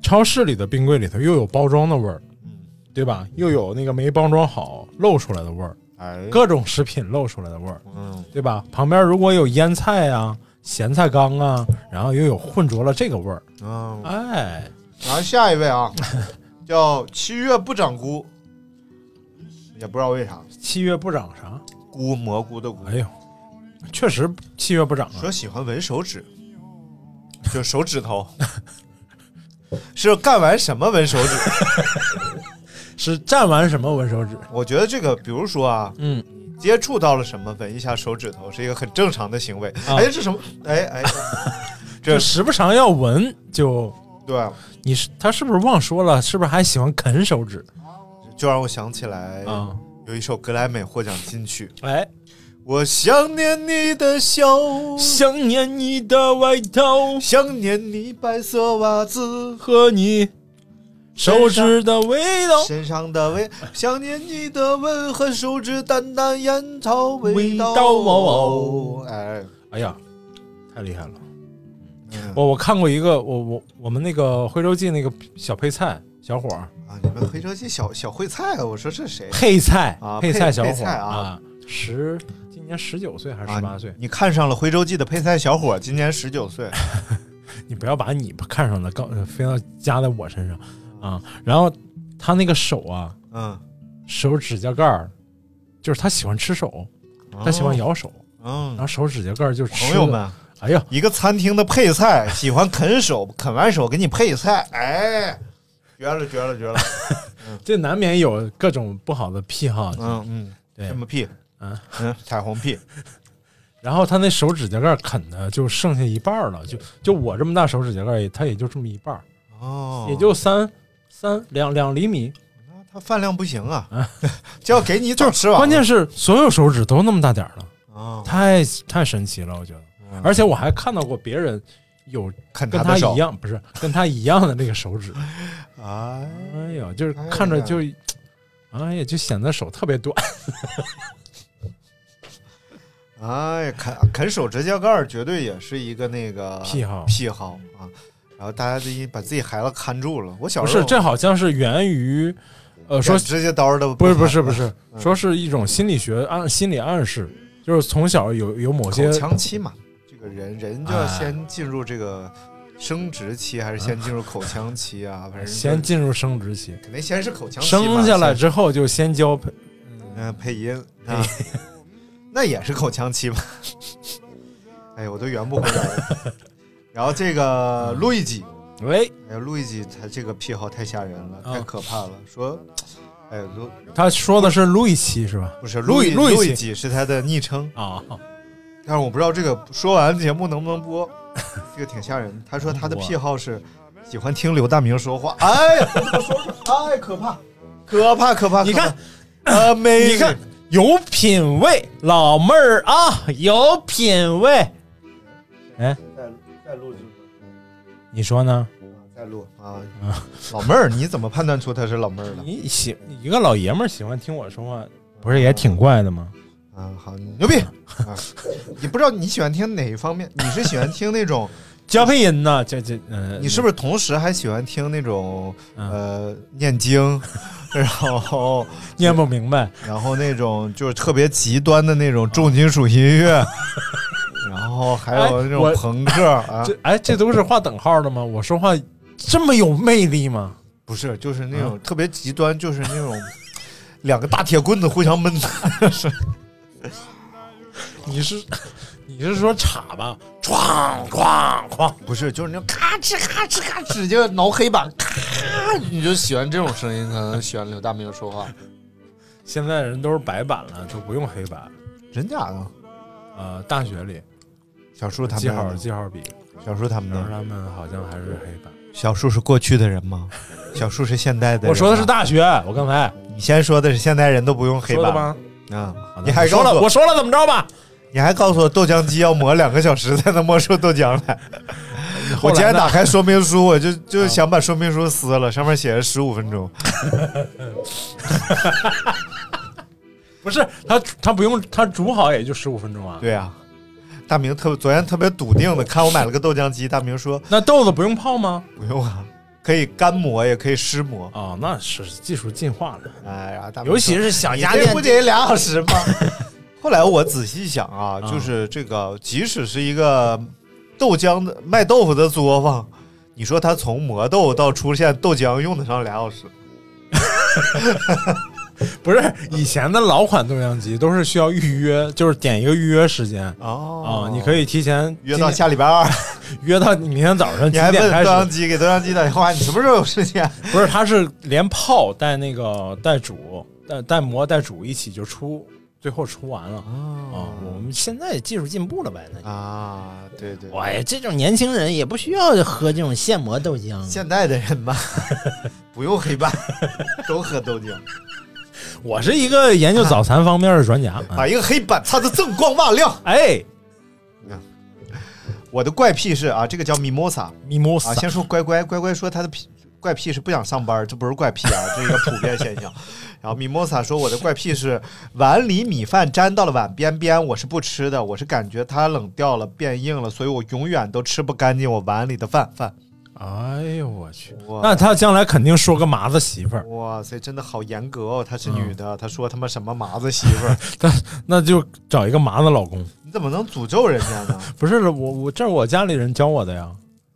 Speaker 3: 超市里的冰柜里头又有包装的味儿，
Speaker 2: 嗯
Speaker 3: 对吧？又有那个没包装好露出来的味儿，
Speaker 2: 哎，
Speaker 3: 各种食品露出来的味儿，
Speaker 2: 嗯，
Speaker 3: 对吧？旁边如果有腌菜啊、咸菜缸啊，然后又有混浊了这个味儿，
Speaker 2: 嗯，
Speaker 3: 哎，
Speaker 2: 然后下一位啊， 叫七月不长菇，也不知道为啥
Speaker 3: 七月不长啥？
Speaker 2: 菇蘑菇的菇。
Speaker 3: 哎呦，确实七月不长啊
Speaker 2: 说喜欢闻手指，就手指 头，是干完什么闻手指？
Speaker 3: 是站完什么闻 手指？
Speaker 2: 我觉得这个，比如说啊，
Speaker 3: 嗯，
Speaker 2: 接触到了什么，闻一下手指头是一个很正常的行为。
Speaker 3: 啊
Speaker 2: 哎，这什么？哎哎，这
Speaker 3: 就时不常要闻，就
Speaker 2: 对，啊
Speaker 3: 你是他是不是忘说了？是不是还喜欢啃手指
Speaker 2: 就让我想起来
Speaker 3: 啊？
Speaker 2: 有一首格莱美获奖金曲
Speaker 3: 哎，
Speaker 2: 《我想念你的笑》，
Speaker 3: 想念你的外套
Speaker 2: 想念你白色袜子
Speaker 3: 和你手指的味道。
Speaker 2: 身上的味，想念你的吻和手指淡淡烟草味道。
Speaker 3: 味道哦
Speaker 2: 哎，
Speaker 3: 哎呀，太厉害了！
Speaker 2: 嗯
Speaker 3: 我我看过一个，我我我们那个徽州记那个小配菜小伙儿，
Speaker 2: 啊，你们徽州记小小烩菜啊，我说这谁
Speaker 3: 配菜
Speaker 2: 啊
Speaker 3: 配菜小
Speaker 2: 配
Speaker 3: 伙
Speaker 2: 菜
Speaker 3: 儿
Speaker 2: 啊，
Speaker 3: 十今年十九岁还是十八岁
Speaker 2: 啊？你？你看上了徽州记的配菜小伙，今年十九岁。
Speaker 3: 你不要把你看上了，告非要加在我身上啊！然后他那个手啊，
Speaker 2: 嗯，
Speaker 3: 手指甲盖儿，就是他喜欢吃手，他喜欢
Speaker 2: 哦。
Speaker 3: 咬手，然
Speaker 2: 嗯，
Speaker 3: 后手指甲盖儿就是吃
Speaker 2: 朋友，
Speaker 3: 的
Speaker 2: 们，
Speaker 3: 哎呀，
Speaker 2: 一个餐厅的配菜喜欢啃手，啃完手给你配菜，哎，绝了绝了绝了。
Speaker 3: 这难免有各种不好的癖好。
Speaker 2: 嗯嗯，
Speaker 3: 对
Speaker 2: 什么屁？
Speaker 3: 嗯
Speaker 2: 嗯，彩虹屁。
Speaker 3: 然后他那手指甲盖儿啃的就剩下一半儿了，就就我这么大手指甲盖儿也，他也就这么一半儿，
Speaker 2: 哦，
Speaker 3: 也就三三两两厘米。
Speaker 2: 那他饭量不行啊， 就要给你早吃完了。
Speaker 3: 关键是所有手指都那么大点儿了，
Speaker 2: 啊，
Speaker 3: 太太神奇了，我觉得。
Speaker 2: 嗯
Speaker 3: 而且我还看到过别人有
Speaker 2: 啃
Speaker 3: 跟
Speaker 2: 他
Speaker 3: 他
Speaker 2: 的手
Speaker 3: 一，样，不是跟他一样的那个 手指。
Speaker 2: 哎，
Speaker 3: 哎呀，就是看着就，哎呀，就显得手特别短。
Speaker 2: 哎，啃啃手指甲盖儿绝对也是一个那个
Speaker 3: 癖好
Speaker 2: 癖好啊。然后大家就把自己孩子看住了。我小
Speaker 3: 不
Speaker 2: 时
Speaker 3: 是，
Speaker 2: 候
Speaker 3: 这好像是源于，呃，
Speaker 2: 剪
Speaker 3: 说
Speaker 2: 指甲刀的
Speaker 3: 不是不
Speaker 2: 太
Speaker 3: 是不是，
Speaker 2: 嗯
Speaker 3: 说是一种心理学暗心理暗示，就是从小有有某些
Speaker 2: 口腔期嘛，这个人人就要
Speaker 3: 哎
Speaker 2: 先进入这个生殖期，还是先进入口腔期啊？反正就是
Speaker 3: 先进入生殖期，
Speaker 2: 肯定先是口腔期吧
Speaker 3: 生下来
Speaker 2: 先
Speaker 3: 之后就先交配，
Speaker 2: 嗯，配音啊，那也是口腔期吧？哎，我都圆不回来了。然后这
Speaker 3: 嗯
Speaker 2: 个路易吉，
Speaker 3: 喂，
Speaker 2: 哎，路易吉他这个癖好太吓人了，
Speaker 3: 啊
Speaker 2: 太可怕了。说，哎，路
Speaker 3: 他说的是路易奇是吧？
Speaker 2: 不是
Speaker 3: 路
Speaker 2: 路
Speaker 3: 易
Speaker 2: 易
Speaker 3: 路易吉
Speaker 2: 路易吉是他的昵称，
Speaker 3: 啊，
Speaker 2: 但是我不知道这个说完节目能不能播，这个挺吓人的。他说他的癖好是喜欢听刘大明说话，哎呀，我说说太可怕，可怕可怕。
Speaker 3: 你看
Speaker 2: 呃，没
Speaker 3: 你看有品位，老妹儿啊，有品位。哎，
Speaker 2: 再再录就是。
Speaker 3: 你说呢？
Speaker 2: 再录啊，老妹儿，你怎么判断出她是老妹儿了？
Speaker 3: 你喜一个老爷们儿喜欢听我说话，不是
Speaker 2: 嗯
Speaker 3: 也挺怪的吗？
Speaker 2: 啊，好牛逼啊！你不知道你喜欢听哪一方面？你是喜欢听那种，
Speaker 3: 交配音呢？这这，嗯，
Speaker 2: 你是不是同时还喜欢听那种
Speaker 3: 嗯
Speaker 2: 呃念经，然后
Speaker 3: 念不明白？
Speaker 2: 然后那种就是特别极端的那种重金属音乐，然后还有那
Speaker 3: 哎
Speaker 2: 种
Speaker 3: 我
Speaker 2: 朋克啊，
Speaker 3: 这哎，这都是画等号的吗？我说话这么有魅力吗？
Speaker 2: 不是，就是
Speaker 3: 嗯
Speaker 2: 那种特别极端，就是那种两个大铁棍子互相闷的是
Speaker 3: 你是你是说叉吧？哐哐哐！
Speaker 2: 不是，就是那种咔哧咔哧咔哧，就挠黑板，咔，你就喜欢这种声音，可能喜欢刘大明说话。
Speaker 3: 现在人都是白板了，都不用黑板。
Speaker 2: 真假的？
Speaker 3: 呃，大学里
Speaker 2: 啊小叔他
Speaker 3: 记
Speaker 2: 们那
Speaker 3: 号
Speaker 2: 儿，
Speaker 3: 记号笔，
Speaker 2: 小叔他们那
Speaker 3: 然后
Speaker 2: 儿，
Speaker 3: 他们好像还是黑板。
Speaker 2: 小叔是过去的人 吗？小叔是现代的人吗。
Speaker 3: 我说的是大学，我刚才
Speaker 2: 你先说的是现代人都不用黑
Speaker 3: 说的
Speaker 2: 板
Speaker 3: 吧？
Speaker 2: 啊
Speaker 3: 好？的
Speaker 2: 你还
Speaker 3: 我说
Speaker 2: 告
Speaker 3: 了，
Speaker 2: 诉
Speaker 3: 我说了怎么着吧？
Speaker 2: 你还告诉我豆浆机要磨两个小时才能磨出豆浆 来。
Speaker 3: 后
Speaker 2: 我
Speaker 3: 来
Speaker 2: 今天
Speaker 3: 呢
Speaker 2: 打开说明书，我就就想把说明书撕了，上面写着十五分钟。
Speaker 3: 不是他，他不用他煮好也就十五分钟啊。
Speaker 2: 对啊，大明特昨天特别笃定的看我买了个豆浆机，大明说
Speaker 3: 那豆子不用泡吗？
Speaker 2: 不用啊，可以干磨，也可以湿磨。
Speaker 3: 哦，那是技术进化了，
Speaker 2: 哎，然后大明说
Speaker 3: 尤其是小
Speaker 2: 你
Speaker 3: 家
Speaker 2: 这
Speaker 3: 电
Speaker 2: 不得俩小时吗？ 后来我仔细想啊，就是这个，即使是一个豆浆的卖豆腐的作坊，你说他从磨豆到出现豆浆用得上俩小时，
Speaker 3: 不是以前的老款豆浆机都是需要预约，就是点一个预约时间啊、
Speaker 2: 哦
Speaker 3: 你可以提前
Speaker 2: 约到
Speaker 3: 今
Speaker 2: 下礼拜二，
Speaker 3: 天约到你明天早上几
Speaker 2: 你还
Speaker 3: 点
Speaker 2: 问
Speaker 3: 开
Speaker 2: 豆浆
Speaker 3: 始？
Speaker 2: 机给豆浆机打电话，你什么时候有时间？
Speaker 3: 不是，它是连泡带那个带煮带带磨带煮一起就出，最后出完了啊、
Speaker 2: 哦
Speaker 6: 我们现在技术进步了呗？那就
Speaker 2: 啊，对对，
Speaker 3: 哎
Speaker 6: 我呀，这种年轻人也不需要喝这种现磨豆浆。
Speaker 2: 现代的人 吧，不用黑板，都喝豆浆，
Speaker 3: 我是一个研究早餐方面的专家。
Speaker 2: 把一个黑板擦的锃光瓦亮。
Speaker 3: 哎，
Speaker 2: 我的怪癖是啊，这个叫 mimosa
Speaker 3: 米莫斯
Speaker 2: 啊。，先说乖乖，乖乖说他的癖怪癖是不想上班，这不是怪癖啊，这是一个普遍现象。然后 mimosa 说我的怪癖是碗里米饭粘到了碗边边，我是不吃的，我是感觉它冷掉了变硬了，所以我永远都吃不干净我碗里的饭饭。
Speaker 3: 哎呦我去，
Speaker 2: 哇
Speaker 3: 那他将来肯定说个麻子媳妇儿，
Speaker 2: 哇塞，真的好严格哦！她是女的，她说他妈什么麻子媳妇儿，
Speaker 3: 那就找一个麻子老公。
Speaker 2: 你怎么能诅咒人家呢？
Speaker 3: 不是我我这是我家里人教我的呀。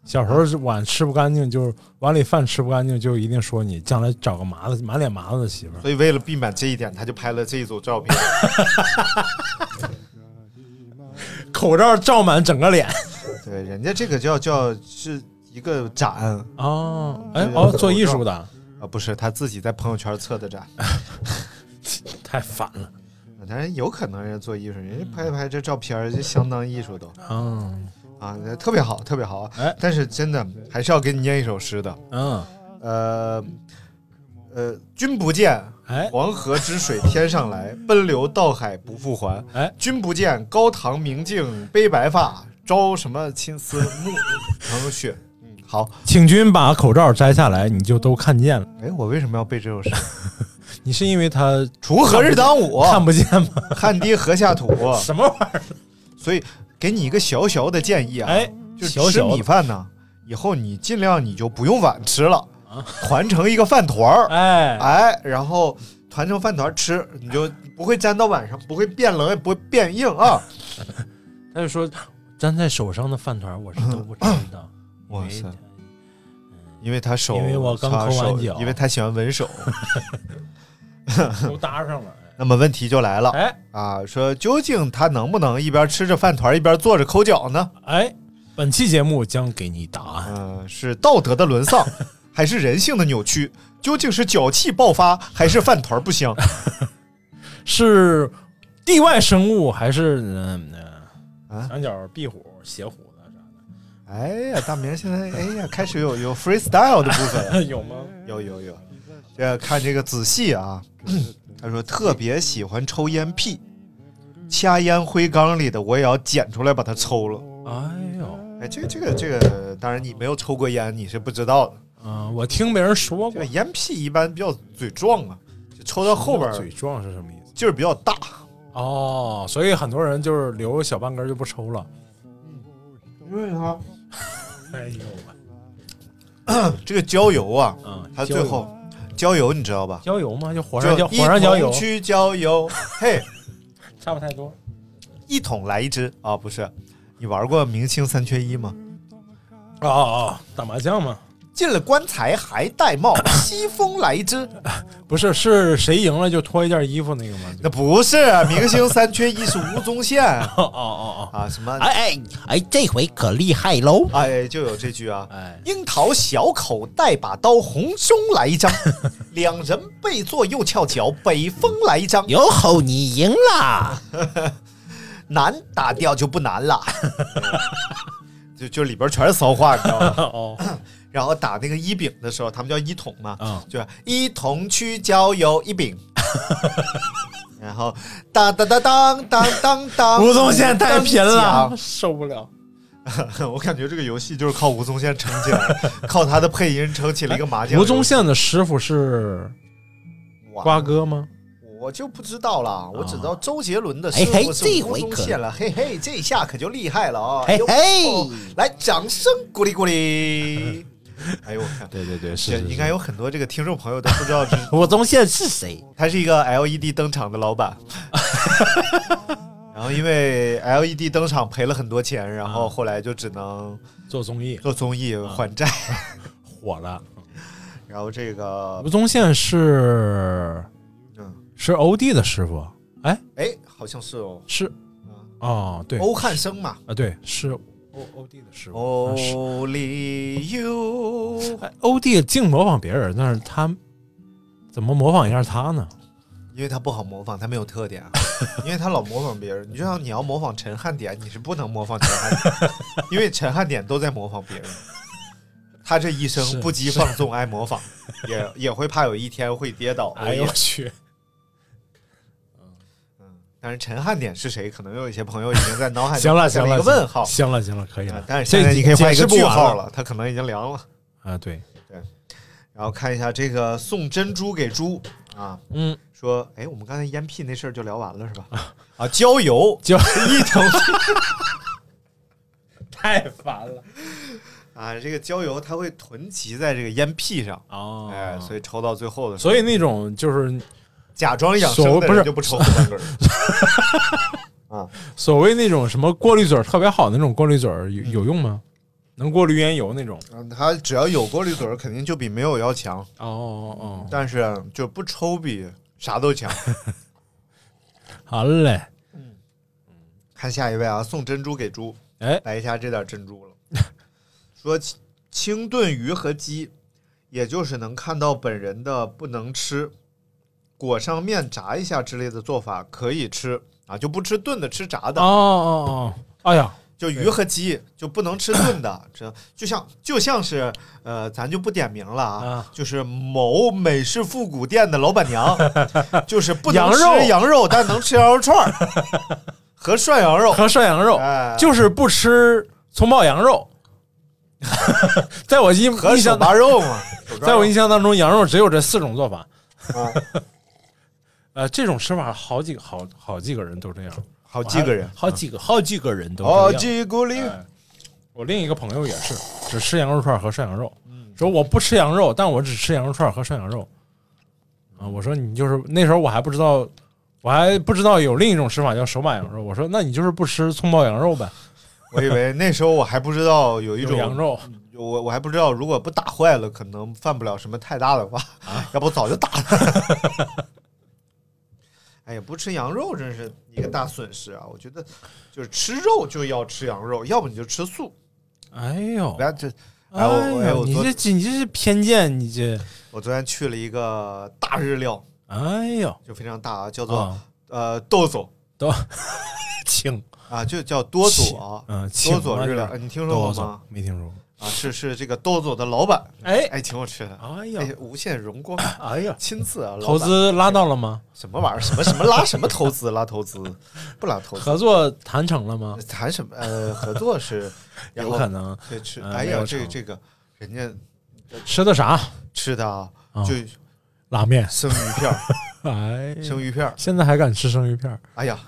Speaker 3: 小时候是碗吃不干净，就是碗里饭吃不干净，就一定说你将来找个麻子满脸麻子的媳妇儿。
Speaker 2: 所以为了避免这一点，他就拍了这一组照片。
Speaker 3: 口罩罩满整个脸
Speaker 2: 对，人家这个叫叫是一个展啊、
Speaker 3: 哦， 哎哦，做艺术的
Speaker 2: 不是他自己在朋友圈测的展。
Speaker 3: 太烦了
Speaker 2: 但是有可能人家做艺术，人家拍一拍这照片儿就相当艺术都
Speaker 3: 嗯
Speaker 2: 啊，特别好，特别好。啊
Speaker 3: 哎
Speaker 2: 但是真的还是要给你念一首诗的，
Speaker 3: 嗯，
Speaker 2: 呃呃，君不见
Speaker 3: 哎
Speaker 2: 黄河之水天上来，奔流到海不复还。
Speaker 3: 哎，
Speaker 2: 君不见高堂明镜悲白发，朝什么青丝暮成雪。嗯，好。
Speaker 3: 请君把口罩摘下来，你就都看见了。
Speaker 2: 哎，我为什么要背这首 诗？
Speaker 3: 你是因为他
Speaker 2: 锄禾日当午，
Speaker 3: 看不见吗？
Speaker 2: 汗滴禾下 土。
Speaker 3: 什么玩意儿？
Speaker 2: 所以给你一个小小的建议啊，
Speaker 3: 哎，
Speaker 2: 就是
Speaker 3: 小
Speaker 2: 吃
Speaker 3: 小
Speaker 2: 米
Speaker 3: 的
Speaker 2: 饭呢，以后你尽量你就不用碗吃了，
Speaker 3: 啊
Speaker 2: 团成一个饭团儿，
Speaker 3: 哎
Speaker 2: 哎，然后团成饭团吃，你就不会粘到碗上，不会变冷，也不会变硬啊。
Speaker 3: 他就说粘在手上的饭团，我是都不吃 的。因为
Speaker 2: 哇塞因为他手，
Speaker 3: 因为我刚
Speaker 2: 他
Speaker 3: 抠完
Speaker 2: 手
Speaker 3: 脚
Speaker 2: 因为他喜欢闻手。
Speaker 3: 都搭上了。
Speaker 2: 那么问题就来了
Speaker 3: 哎
Speaker 2: 啊，说究竟他能不能一边吃着饭团一边坐着抠脚呢？
Speaker 3: 哎，本期节目将给你答案。
Speaker 2: 嗯、是道德的沦丧，还是人性的扭曲？究竟是脚气爆发，还是饭团不香？
Speaker 3: 是地外生物还是嗯、
Speaker 2: 啊
Speaker 3: 呃、墙角壁虎、邪虎的啥
Speaker 2: 哎呀，大明现在哎呀，开始有有 freestyle 的部分了，
Speaker 3: 的？哎有吗？
Speaker 2: 有有有。这个看这个仔细啊，他说特别喜欢抽烟屁，掐烟灰缸里的我也要捡出来把它抽了。
Speaker 3: 哎呦，嗯、
Speaker 2: 哎，这个这个这个，当然你没有抽过烟，你是不知道的。
Speaker 3: 嗯我听别人说
Speaker 2: 这
Speaker 3: 过
Speaker 2: 个，烟屁一般比较嘴壮啊，就抽到后边
Speaker 3: 嘴壮是什么意思？
Speaker 2: 劲儿比较大。
Speaker 3: 哦，所以很多人就是留小半根儿就不抽了。
Speaker 2: 因为啥？
Speaker 3: 哎呦，
Speaker 2: 这个焦油啊，
Speaker 3: 嗯，
Speaker 2: 它最后焦油你知道吧？
Speaker 3: 郊游吗？就火上
Speaker 2: 就
Speaker 3: 浇
Speaker 2: 一
Speaker 3: 火上浇油
Speaker 2: 同，去郊游，嘿，
Speaker 3: 差不太多。
Speaker 2: 一桶来一支啊，不是？你玩过明星三缺一吗？
Speaker 3: 哦哦，哦打麻将吗？
Speaker 2: 进了棺材还戴 帽，西风来之。
Speaker 3: 不是，是谁赢了就脱一件衣服那个吗？
Speaker 2: 那不是明星三缺一，是吴 宗宪
Speaker 3: 哦哦哦
Speaker 2: 啊，什么？
Speaker 6: 哎哎哎，这回可厉害喽！
Speaker 2: 哎，就有这句啊
Speaker 3: 哦，。哎，
Speaker 2: 樱桃小口带把刀，红胸 来一张，两人背坐右翘脚，北风来一张，
Speaker 6: 有吼你赢啦！
Speaker 2: 难打掉就不难了。 就就里边全是骚话，你知道吗？
Speaker 3: 哦，
Speaker 2: 然后打那个一饼的时候，他们叫一桶嘛，
Speaker 3: 嗯，
Speaker 2: 就一同去郊游一 饼。然后当当当当当当当，
Speaker 3: 吴宗宪太贫了，
Speaker 2: 啊当
Speaker 3: 受不了。
Speaker 2: 讲。 我感觉这个游戏就是靠吴宗宪撑起来 的，靠他的配音撑起了一个麻将游戏。
Speaker 3: 哎吴宗宪的师傅是
Speaker 2: 哇
Speaker 3: 瓜哥吗？
Speaker 2: 我就不知道了，我只知道
Speaker 3: 啊
Speaker 2: 周杰伦的
Speaker 6: 嘿
Speaker 2: 师
Speaker 3: 哎
Speaker 6: 嘿
Speaker 2: 傅是
Speaker 6: 这
Speaker 2: 吴
Speaker 6: 回
Speaker 2: 宗
Speaker 6: 可
Speaker 2: 宪了，嘿嘿，这下可就厉害了啊！
Speaker 3: 哎
Speaker 6: 嘿
Speaker 2: 哟
Speaker 6: 嘿，
Speaker 2: 来掌声鼓励鼓励。 哎呦，我看
Speaker 3: 对对对，
Speaker 2: 这应该有很多这个听众朋友都不知道，这
Speaker 6: 吴宗宪是谁？
Speaker 2: 他是一个 LED 登场的老板。 然后因为 LED 登场赔了很多钱，然
Speaker 3: 啊
Speaker 2: 后后来就只能
Speaker 3: 做综艺
Speaker 2: 做综艺还债。
Speaker 3: 啊火了。
Speaker 2: 然后这个
Speaker 3: 吴，宗宪是
Speaker 2: 嗯，
Speaker 3: 是欧弟的师傅，
Speaker 2: 哎，好像是哦，
Speaker 3: 是哦，对
Speaker 2: 欧汉生嘛。
Speaker 3: 啊，对是欧欧弟的师傅。
Speaker 2: 哦
Speaker 3: 啊是
Speaker 2: Only you。
Speaker 3: 哎欧弟净模仿别人，但是他怎么模仿一下他呢？
Speaker 2: 因为他不好模仿，他没有特 点啊，因为他老模仿别人。你就像你要模仿陈汉典，你是不能模仿陈汉 典，因为陈汉典都在模仿别人。他这一生
Speaker 3: 是
Speaker 2: 不羁
Speaker 3: 是
Speaker 2: 放纵，爱模 仿，也也会怕有一天会跌倒。
Speaker 3: 哎呦我去！
Speaker 2: 但是陈汉典是谁？可能有一些朋友已经在脑海中
Speaker 3: 行了
Speaker 2: 想
Speaker 3: 行了
Speaker 2: 哎一个问号。
Speaker 3: 行了行了可以了
Speaker 2: 啊但是
Speaker 3: 这
Speaker 2: 现在你可以画一
Speaker 3: 解
Speaker 2: 个
Speaker 3: 释不
Speaker 2: 句
Speaker 3: 完
Speaker 2: 号
Speaker 3: 了
Speaker 2: 了，他可能已经凉了。
Speaker 3: 啊，对，
Speaker 2: 对，然后看一下这个送珍珠给猪啊，
Speaker 3: 嗯，
Speaker 2: 说，哎，我们刚才烟屁那事儿就聊完了是吧？啊，郊游，
Speaker 3: 郊
Speaker 2: 一头
Speaker 3: 太烦了。
Speaker 2: 啊，这个郊游它会囤积在这个烟屁上
Speaker 3: 哦，
Speaker 2: 哎，所以抽到最后的时候，
Speaker 3: 所以那种就是
Speaker 2: 假装养
Speaker 3: 所
Speaker 2: 生的
Speaker 3: 谓不是
Speaker 2: 人就不抽三根儿。啊，
Speaker 3: 所谓那种什么过滤嘴儿特别好的那种过滤嘴儿有有用吗？能过滤烟油那种？
Speaker 2: 嗯他只要有过滤嘴儿，肯定就比没有要强，
Speaker 3: 哦哦哦，
Speaker 2: 但是就不抽比啥都 强。
Speaker 3: 好嘞，
Speaker 2: 看下一位啊，送珍珠给猪，
Speaker 3: 哎，
Speaker 2: 来一下这点珍珠了。 说清清炖鱼和鸡，也就是能看到本人的不能吃，裹上面炸一下之类的做法可以吃啊，就不吃炖的，吃炸
Speaker 3: 哦
Speaker 2: 的。
Speaker 3: 哦哦，哎呀，
Speaker 2: 就鱼和鸡就不能吃炖的，这就像就像是呃，咱就不点名了啊，
Speaker 3: 啊
Speaker 2: 就是某美式复古店的老板 娘，就是不能
Speaker 3: 羊
Speaker 2: 吃
Speaker 3: 肉
Speaker 2: 羊肉，但能吃羊肉 串儿和涮羊肉，
Speaker 3: 和涮羊肉
Speaker 2: 哎
Speaker 3: 就是不吃葱爆羊肉， 在我印
Speaker 2: 和
Speaker 3: 印
Speaker 2: 手
Speaker 3: 象
Speaker 2: 扒肉 嘛，手抓
Speaker 3: 在我
Speaker 2: 肉
Speaker 3: 印象当中，羊肉只有这四种做法。
Speaker 2: 啊，
Speaker 3: 呃，这种吃法好几好好几个人都这样，
Speaker 2: 好几个人，哦
Speaker 3: 好几个好几个人都
Speaker 2: 好
Speaker 3: 这样。
Speaker 2: 几个人，
Speaker 3: 哎我另一个朋友也是，只吃羊肉串和涮羊肉。说我不吃羊肉，但我只吃羊肉串和涮羊肉。啊，我说你就是那时候我还不知道，我还不知道有另一种吃法叫手把羊肉。我说那你就是不吃葱爆羊肉呗，
Speaker 2: 我以为那时候我还不知道有一
Speaker 3: 有
Speaker 2: 种
Speaker 3: 羊，肉
Speaker 2: 我我还不知道如果不打坏了，可能犯不了什么太大的话，
Speaker 3: 啊
Speaker 2: 要不早就打了。哎呀，不吃羊肉真是一个大损失啊！我觉得就是吃肉就要吃羊肉，要不你就吃素。
Speaker 3: 哎呦，
Speaker 2: 来，这哎我哎
Speaker 3: 呦
Speaker 2: 我
Speaker 3: 你
Speaker 2: 昨
Speaker 3: 这你这是偏见，你这，
Speaker 2: 我昨天去了一个大日料，
Speaker 3: 哎呦，
Speaker 2: 就非常大啊，叫做
Speaker 3: 啊，
Speaker 2: 呃豆佐
Speaker 3: 都请，
Speaker 2: 啊，就叫多佐
Speaker 3: 嗯，
Speaker 2: 多
Speaker 3: 请
Speaker 2: 佐
Speaker 3: 啊
Speaker 2: 日料，
Speaker 3: 就是
Speaker 2: 呃你听说
Speaker 3: 哆
Speaker 2: 过
Speaker 3: 嗦
Speaker 2: 吗？，
Speaker 3: 没听说过。
Speaker 2: 啊，是是这个豆佐的老板，
Speaker 3: 哎，
Speaker 2: 哎，请我吃的，
Speaker 3: 哎
Speaker 2: 哎
Speaker 3: 呀，，
Speaker 2: 无限荣光，
Speaker 3: 哎呀，
Speaker 2: 亲自啊，老板
Speaker 3: 投资拉到了吗？
Speaker 2: 什么玩意儿？什么什么拉什么投资？拉投 资，不拉哎投资。
Speaker 3: 合作谈成了吗？
Speaker 2: 谈什么？呃，合作是，然
Speaker 3: 有
Speaker 2: 后
Speaker 3: 可能
Speaker 2: 这吃，
Speaker 3: 嗯
Speaker 2: 哎
Speaker 3: 没
Speaker 2: 呀，
Speaker 3: 有
Speaker 2: 这个
Speaker 3: 成
Speaker 2: 这个，人家
Speaker 3: 吃的啥？
Speaker 2: 吃的啊，
Speaker 3: 啊
Speaker 2: 就
Speaker 3: 拉面。
Speaker 2: 生鱼片儿，
Speaker 3: 哎呀，
Speaker 2: 生鱼片儿，
Speaker 3: 现在还敢吃生鱼片儿？
Speaker 2: 哎 呀，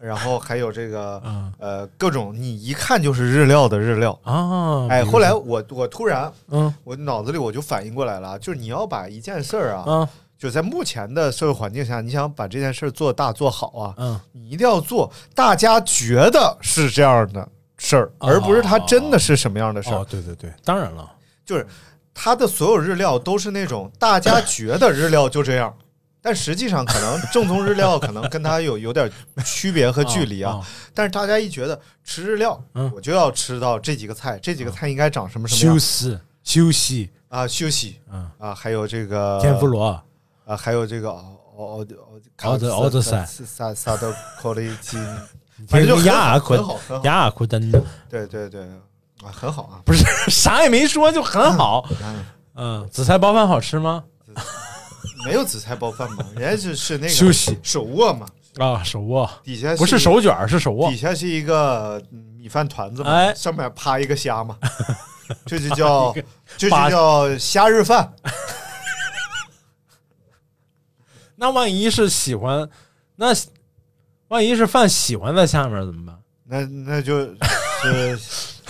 Speaker 2: 然后还有这个
Speaker 3: 啊
Speaker 2: 呃各种，你一看就是日料的日料。
Speaker 3: 啊！
Speaker 2: 哎，
Speaker 3: 比如
Speaker 2: 后来我我突然
Speaker 3: 嗯
Speaker 2: 我脑子里我就反应过来了，就是你要把一件事儿啊，
Speaker 3: 啊
Speaker 2: 就在目前的社会环境下，你想把这件事儿做大做好啊，
Speaker 3: 嗯，
Speaker 2: 你一定要做大家觉得是这样的事儿，
Speaker 3: 哦
Speaker 2: 而不是它真的是什么样的事儿。
Speaker 3: 哦，对对对，当然了，
Speaker 2: 就是它的所有日料都是那种大家觉得日料就这样，但实际上可能正宗日料可能跟它有有点区别和距离啊。
Speaker 3: 啊，
Speaker 2: 但是大家一觉得吃日料，
Speaker 3: 嗯
Speaker 2: 我就要吃到这几个菜，这几个菜应该长什么什么
Speaker 3: 休
Speaker 2: 样
Speaker 3: 斯休息，
Speaker 2: 啊？休息
Speaker 3: 嗯，
Speaker 2: 啊，还有这个
Speaker 3: 天妇罗，
Speaker 2: 啊，还有这个哦哦哦
Speaker 3: 奥德奥德赛
Speaker 2: 萨萨德科利金，反
Speaker 3: 天
Speaker 2: 正就很
Speaker 3: 雅
Speaker 2: 好
Speaker 3: 尔库
Speaker 2: 很好很好。
Speaker 3: 雅尔库登的，
Speaker 2: 对对对，啊，很好啊。
Speaker 3: 不是啥也没说，就很好。嗯，紫菜包饭好吃吗？
Speaker 2: 没有紫菜包饭嘛，人家就是那个
Speaker 3: 休息
Speaker 2: 手握嘛，
Speaker 3: 啊，手握
Speaker 2: 底下
Speaker 3: 不是手卷儿，是手握
Speaker 2: 底。下是一个嗯米饭团子嘛，
Speaker 3: 哎
Speaker 2: 上面趴一个虾 嘛，这就叫这就
Speaker 3: 把
Speaker 2: 叫虾日饭。
Speaker 3: 那万一是喜欢，那万一是饭喜欢在下面怎么办？
Speaker 2: 那那就是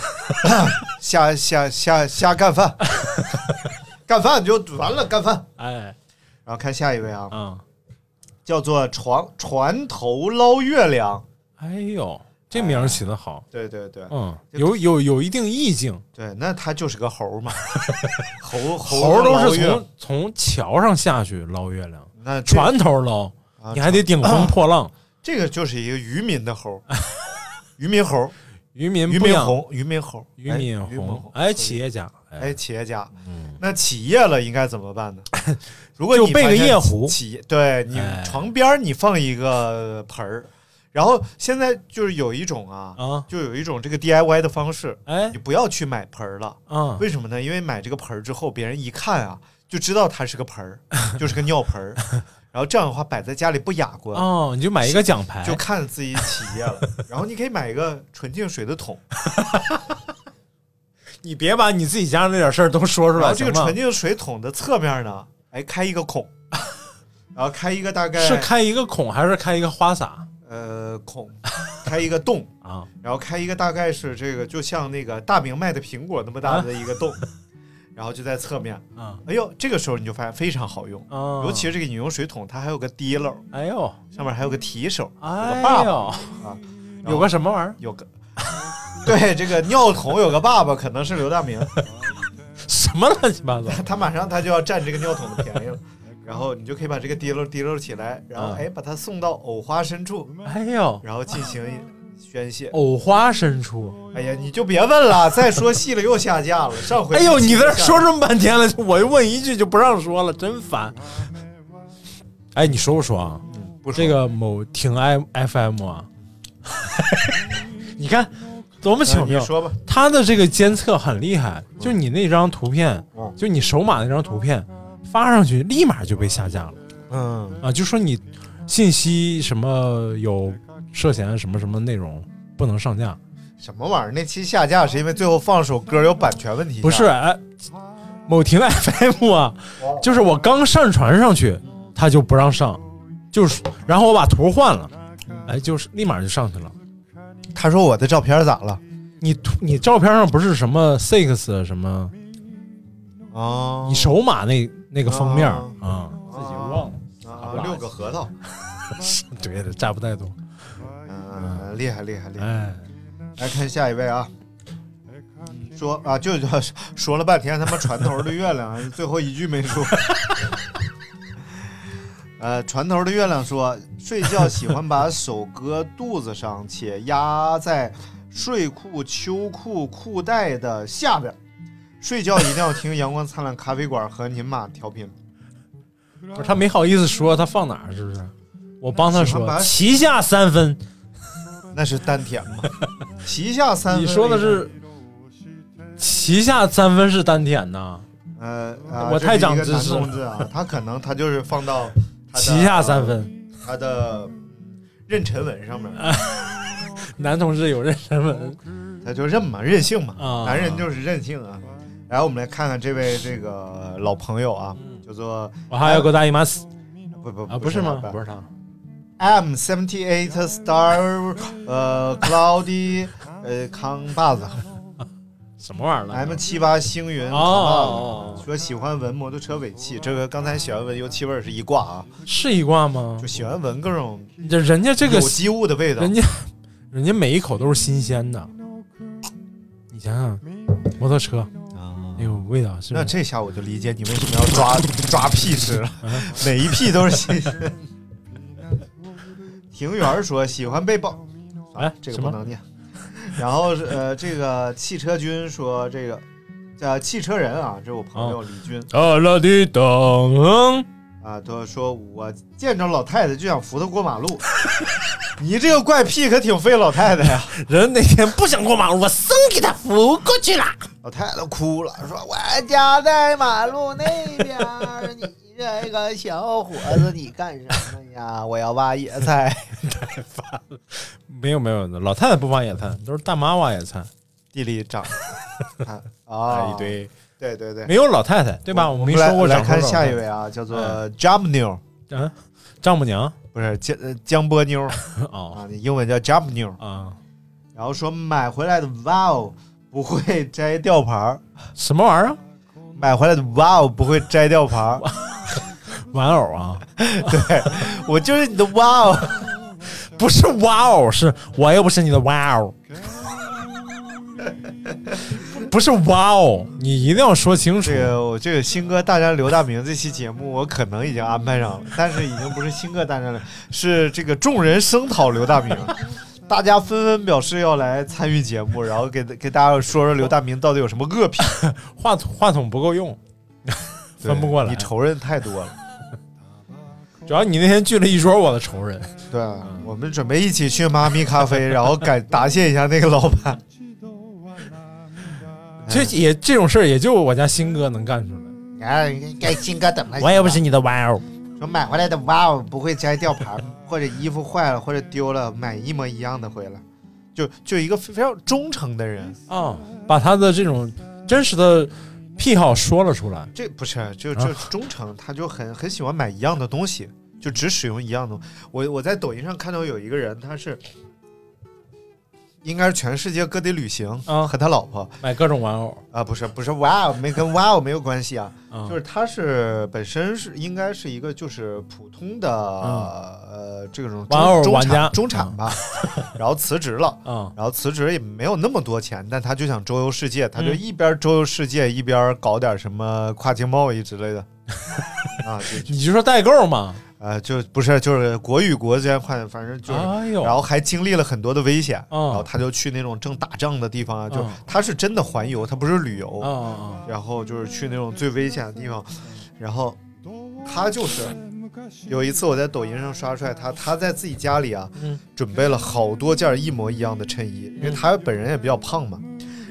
Speaker 2: 虾虾虾虾干 饭，干饭就完了，干饭。
Speaker 3: 哎，
Speaker 2: 然后看下一位啊，
Speaker 3: 嗯，
Speaker 2: 叫做船船头捞月亮。
Speaker 3: 哎呦，这名
Speaker 2: 哎
Speaker 3: 儿起的好，
Speaker 2: 对对对
Speaker 3: 嗯，有有有一定意境。
Speaker 2: 对，那他就是个猴嘛， 猴
Speaker 3: 猴
Speaker 2: 猴
Speaker 3: 儿
Speaker 2: 捞
Speaker 3: 都是
Speaker 2: 月
Speaker 3: 从从桥上下去捞月亮，
Speaker 2: 那这
Speaker 3: 船头捞，
Speaker 2: 啊
Speaker 3: 你还得顶风破浪。
Speaker 2: 这个就是一个渔民的猴，渔民猴，
Speaker 3: 渔民
Speaker 2: 渔
Speaker 3: 不
Speaker 2: 民
Speaker 3: 养
Speaker 2: 红，渔民猴，
Speaker 3: 渔民
Speaker 2: 哎渔民
Speaker 3: 红
Speaker 2: 猴，
Speaker 3: 哎，企业家，
Speaker 2: 哎，企业家，那起夜了应该怎么 办呢？如果
Speaker 3: 就
Speaker 2: 你
Speaker 3: 备
Speaker 2: 发
Speaker 3: 个
Speaker 2: 现
Speaker 3: 夜壶
Speaker 2: 起对你
Speaker 3: 哎
Speaker 2: 床边儿你放一个盆儿，然后现在就是有一种啊，就有一种这个 DIY 的方式，
Speaker 3: 哎，
Speaker 2: 你不要去买盆儿了，
Speaker 3: 嗯
Speaker 2: 为什么呢？因为买这个盆儿之后，别人一看啊，就知道它是个 盆儿，就是个尿盆儿，然后这样的话摆在家里不雅观
Speaker 3: 哦，你就买一个奖牌，
Speaker 2: 就看自己企 业了，然后你可以买一个纯净水的桶，
Speaker 3: 你别把你自己家上那点事儿都说出
Speaker 2: 然
Speaker 3: 来，
Speaker 2: 后这个
Speaker 3: 行吗
Speaker 2: 纯净水桶的侧面呢，哎，开一个 孔，然后开一个大概
Speaker 3: 是开一个孔还是开一个花洒？
Speaker 2: 呃孔，开一个洞
Speaker 3: 啊，
Speaker 2: 然后开一个大概是这个，就像那个大明卖的苹果那么
Speaker 3: 啊
Speaker 2: 大的一个洞，然后就在侧面，
Speaker 3: 嗯，
Speaker 2: 哎呦，这个时候你就发现非常好用，
Speaker 3: 哦
Speaker 2: 尤其是这个饮用水桶，它还有个滴漏，
Speaker 3: 哎呦，
Speaker 2: 上面还有个提手，有个
Speaker 3: 哎
Speaker 2: 把
Speaker 3: 呦
Speaker 2: 啊，，然后
Speaker 3: 有个什么玩意儿？
Speaker 2: 有个。对，这个尿桶有个爸爸，可能是刘大明。
Speaker 3: 什么乱七八糟？
Speaker 2: 他马上他就要占这个尿桶的便宜了，然后你就可以把这个滴溜滴溜起来，然后
Speaker 3: 嗯
Speaker 2: 哎把它送到藕花深处，
Speaker 3: 哎呦，
Speaker 2: 然后进行宣泄。
Speaker 3: 藕花深处。
Speaker 2: 哎呀，你就别问了，再说细了又下架了。上回
Speaker 3: 哎呦，你在这
Speaker 2: 这
Speaker 3: 说这么半天了， 我就问一句就不让说了，真烦。哎，你说不说啊？
Speaker 2: 嗯不说
Speaker 3: 这个某挺 I FM 啊， 你看多么巧
Speaker 2: 哎你
Speaker 3: 妙。
Speaker 2: 说嗯吧，
Speaker 3: 它的这个监测很厉害，就你那张图片，
Speaker 2: 嗯
Speaker 3: 就你首码那张图片发上去，立马就被下架了
Speaker 2: 嗯，
Speaker 3: 啊！就说你信息什么有涉嫌什么什么内容不能上架，
Speaker 2: 什么玩意儿？那期下架是因为最后放首歌有版权问题，
Speaker 3: 不是？哎，某 婷 FM 啊，就是我刚上传上去，它就不让上，就是然后我把图换了，哎，就是立马就上去了。
Speaker 2: 他说我的照片咋了？
Speaker 3: 你图你照片上不是什么 six 什么，
Speaker 2: 哦，
Speaker 3: 你首码那那个封面
Speaker 2: 啊
Speaker 3: 啊。
Speaker 2: 自己忘了啊，六个核桃，
Speaker 3: 对的，差不太多。
Speaker 2: 嗯，厉害厉害厉害。
Speaker 3: 哎，
Speaker 2: 来看下一位啊，说啊，就就说了半天他妈船头的月亮，最后一句没说。 呃，船头的月亮说，睡觉喜欢把手搁肚子上，且压在睡裤、秋裤、裤带的下边儿。睡觉一定要听阳光灿烂咖啡馆和您妈调频。
Speaker 3: 不是他没好意思说他放哪儿，是不是？我帮他
Speaker 2: 喜欢
Speaker 3: 说
Speaker 2: 把
Speaker 3: 旗下三分，
Speaker 2: 那是丹田吗？旗下三分
Speaker 3: 你
Speaker 2: 为啥，
Speaker 3: 说的是旗下三分是丹田呐？
Speaker 2: 呃，啊
Speaker 3: 我
Speaker 2: 这
Speaker 3: 太
Speaker 2: 是一
Speaker 3: 长
Speaker 2: 个
Speaker 3: 知
Speaker 2: 男
Speaker 3: 识
Speaker 2: 同志啊，他可能他就是放到他的
Speaker 3: 旗下三分，
Speaker 2: 他的妊娠纹上面，
Speaker 3: 嗯男同志有妊娠纹，
Speaker 2: 他就认嘛，任性嘛，
Speaker 3: 啊
Speaker 2: 男人就是任性啊。然后我们来看看这位这个老朋友啊，叫做
Speaker 3: 我还要给大姨妈死
Speaker 2: 不不
Speaker 3: 嗯啊？不是吗？不
Speaker 2: 是
Speaker 3: 是他，
Speaker 2: M seventy eight star 呃 cloudy 呃康巴子
Speaker 3: 什么玩意儿
Speaker 2: M
Speaker 3: 来着？
Speaker 2: 七八星云
Speaker 3: 哦
Speaker 2: 康
Speaker 3: 哦
Speaker 2: 巴
Speaker 3: 哦
Speaker 2: 子说喜欢闻摩托车尾气，这个刚才喜欢闻油气味儿是一挂啊，
Speaker 3: 是一挂吗
Speaker 2: 就？喜欢闻各种
Speaker 3: 这人家这个
Speaker 2: 有，机物的味道
Speaker 3: 人。家人家每一口都是新鲜的。你想想，摩托车，
Speaker 2: 啊
Speaker 3: 哎呦，味道是
Speaker 2: 那
Speaker 3: 不是？
Speaker 2: 这下我就理解你为什么要抓抓屁吃 了，每一屁都是新鲜的。庭园说喜欢被抱，
Speaker 3: 哎
Speaker 2: 这个
Speaker 3: 什
Speaker 2: 不
Speaker 3: 么
Speaker 2: 能念。 然后是呃，这个汽车君说这个叫汽车人啊，这是我朋友李军
Speaker 3: 哒啦滴噔，
Speaker 2: 啊，他说我见着老太太就想扶她过马路。 你这个怪癖可挺费老太太呀、
Speaker 3: 人那天不想过马路，我生给他扶过去了。
Speaker 2: 老太太哦哭了，说我家在马路那边儿，你这个小伙子你干什么呀？ 我要挖野菜。
Speaker 3: 没有没有，老太太不挖野菜，都是大妈挖野菜，
Speaker 2: 地里 长啊
Speaker 3: 啊
Speaker 2: 啊
Speaker 3: 一，堆，
Speaker 2: 对对对，
Speaker 3: 没有老太太对吧？我没
Speaker 2: 来
Speaker 3: 说过
Speaker 2: 来
Speaker 3: 长头发
Speaker 2: 看下一位，啊，叫做 Jump 妞，
Speaker 3: 嗯，丈母娘
Speaker 2: 不是江呃江波妞 啊，
Speaker 3: 哦
Speaker 2: 英文叫 Jump 妞。
Speaker 3: 啊，
Speaker 2: 然后说买回来的哇哦不会摘吊牌儿，
Speaker 3: 什么玩意儿啊？
Speaker 2: 买回来的哇哦不会摘吊牌 儿，
Speaker 3: 玩偶啊？
Speaker 2: 我就是你的哇哦。
Speaker 3: 不是哇哦，是我又不是你的哇哦， 不是哇哦，你一定要说清楚
Speaker 2: 这。个我这个新歌大战刘大明这期节目，我可能已经 安排上了，但是已经不是新歌大战了，是这个众人声讨刘大明。大家纷纷表示要来参与节目，然后给给大家说说刘大明到底有什么恶 癖。
Speaker 3: 话筒话筒不够用，分不过来。
Speaker 2: 你仇人太多了。
Speaker 3: 主要你那天聚了一桌我的仇人。
Speaker 2: 对，啊我们准备一起去妈咪咖啡，然后感答谢一下那个老 板。哎
Speaker 3: 这也这种事儿，也就我家新哥能干出来。
Speaker 6: 啊，该新哥
Speaker 2: 哎
Speaker 6: 怎么？
Speaker 3: 我也不是你的哦玩偶。
Speaker 2: 啊说买回来的哇哦不会摘吊牌，或者衣服坏了或者丢了，买一模一样的回来，就就一个非常忠诚的人
Speaker 3: 啊、把他的这种真实的癖好说了出来。
Speaker 2: 这不是
Speaker 3: 啊
Speaker 2: 就就忠诚，他就很很喜欢买一样的东西，就只使用一样的。我我在抖音上看到有一个人，他是应该是全世界各地旅行，
Speaker 3: 啊
Speaker 2: 和他老婆
Speaker 3: 买各种玩偶
Speaker 2: 啊，不是不是哇哦，没跟哇哦没有关系啊，就是他是本身是应该是一个就是普通的、呃这种中
Speaker 3: 嗯玩偶
Speaker 2: 中
Speaker 3: 玩家
Speaker 2: 产中产吧，然后辞职了，
Speaker 3: 嗯，
Speaker 2: 然后辞职也没有那么多钱，但他就想周游世界，他就
Speaker 3: 嗯
Speaker 2: 一边周游世界一边搞点什么跨境贸易之类的 啊，就
Speaker 3: 你就说代购嘛，
Speaker 2: 呃就不是就是国与国之间跨境，反正就是，
Speaker 3: 哎呦
Speaker 2: 然后还经历了很多的危险，
Speaker 3: 嗯
Speaker 2: 然后他就去那种正打仗的地方啊，就
Speaker 3: 嗯
Speaker 2: 他是真的环游，他不是旅游，
Speaker 3: 啊啊
Speaker 2: 然后就是去那种最危险的地方，然后他就是有一次我在抖音上刷出来他，他在自己家里啊，
Speaker 3: 嗯
Speaker 2: 准备了好多件一模一样的衬衣，因为他本人也比较胖嘛，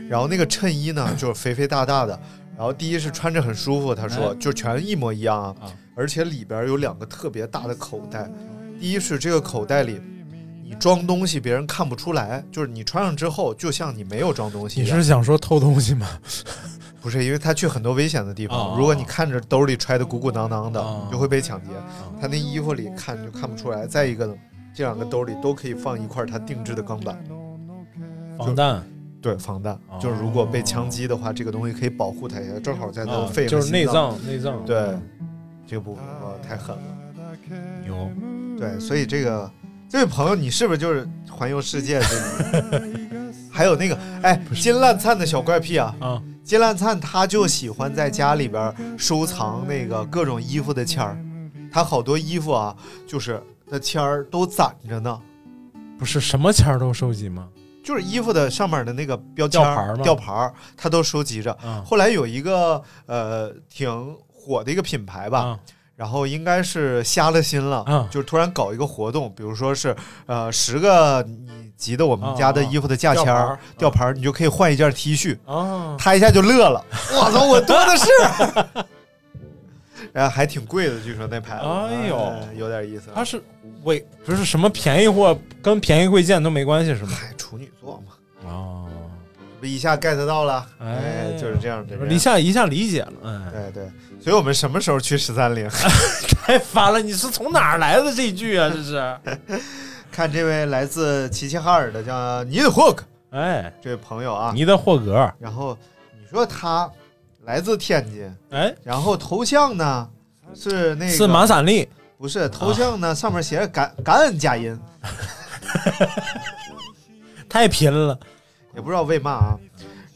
Speaker 2: 然后那个衬衣呢就是肥肥大大的，然后第一是穿着很舒服，他说
Speaker 3: 哎
Speaker 2: 就全一模一样啊
Speaker 3: 啊，
Speaker 2: 而且里边有两个特别大的口袋，第一是这个口袋里。你装东西别人看不出来，就是你穿上之后，就像你没有装东西一
Speaker 3: 你
Speaker 2: 样。
Speaker 3: 是想说偷东西吗？
Speaker 2: 不是，因为他去很多危险的地
Speaker 3: 哦
Speaker 2: 方，如果你看着兜里揣的鼓鼓囊囊的
Speaker 3: 哦，
Speaker 2: 就会被抢劫。他那衣服里看就看不出来。再一个呢，这两个兜里都可以放一块他定制的钢板，
Speaker 3: 防弹
Speaker 2: 对，防弹
Speaker 3: 哦。
Speaker 2: 就是如果被枪击的话，这个东西可以保护他一下，正好在他的
Speaker 3: 啊，
Speaker 2: 肺和
Speaker 3: 就是内
Speaker 2: 心脏。
Speaker 3: 脏内脏。
Speaker 2: 对，这个部分哦，太狠了。
Speaker 3: 牛，
Speaker 2: 对，所以这个这位朋友，你是不是就是环游世界的？ 还有那个，哎，金烂灿的小怪癖啊，
Speaker 3: 啊，
Speaker 2: 金烂灿他就喜欢在家里边收藏那个各种衣服的签儿，他好多衣服啊，就是的签儿都攒着呢，
Speaker 3: 不是什么钱儿都收集吗？
Speaker 2: 就是衣服的上面的那个标签
Speaker 3: 吊牌儿吗
Speaker 2: 吊牌儿他都收集着。
Speaker 3: 啊
Speaker 2: 后来有一个呃挺火的一个品牌吧，
Speaker 3: 啊
Speaker 2: 然后应该是瞎了心了，
Speaker 3: 嗯
Speaker 2: 就是突然搞一个活动，比如说是呃十个你集的我们家的衣服的价签
Speaker 3: 啊啊啊
Speaker 2: 儿、吊牌儿，你就可以换一件 T 恤。
Speaker 3: 啊！
Speaker 2: 他一下就乐了，我操，我多的是。 然后哎还挺贵的，据说那牌子，
Speaker 3: 哎呦
Speaker 2: 有点意思。啊
Speaker 3: 他是为不是什么便宜货跟便宜贵贱都没关系是吗？
Speaker 2: 嗨，哎处女座嘛，啊
Speaker 3: 哦，
Speaker 2: 不一下 get 到了，
Speaker 3: 哎
Speaker 2: 哎，就是这样的人。
Speaker 3: 一下一下理解了，
Speaker 2: 对
Speaker 3: 哎，
Speaker 2: 对，所以我们什么时候去十三陵？
Speaker 3: 太烦了！你是从哪儿来的这一句 啊？这是，
Speaker 2: 看这位来自齐齐哈尔的叫尼霍克
Speaker 3: 哎，
Speaker 2: 这位朋友啊，
Speaker 3: 你的霍格，
Speaker 2: 然后你说他来自天津，
Speaker 3: 哎，
Speaker 2: 然后头像呢是那个
Speaker 3: 是啊马三立，
Speaker 2: 不是头像呢，上面写着感感恩佳音，
Speaker 3: 太贫了，
Speaker 2: 也不知道为嘛啊。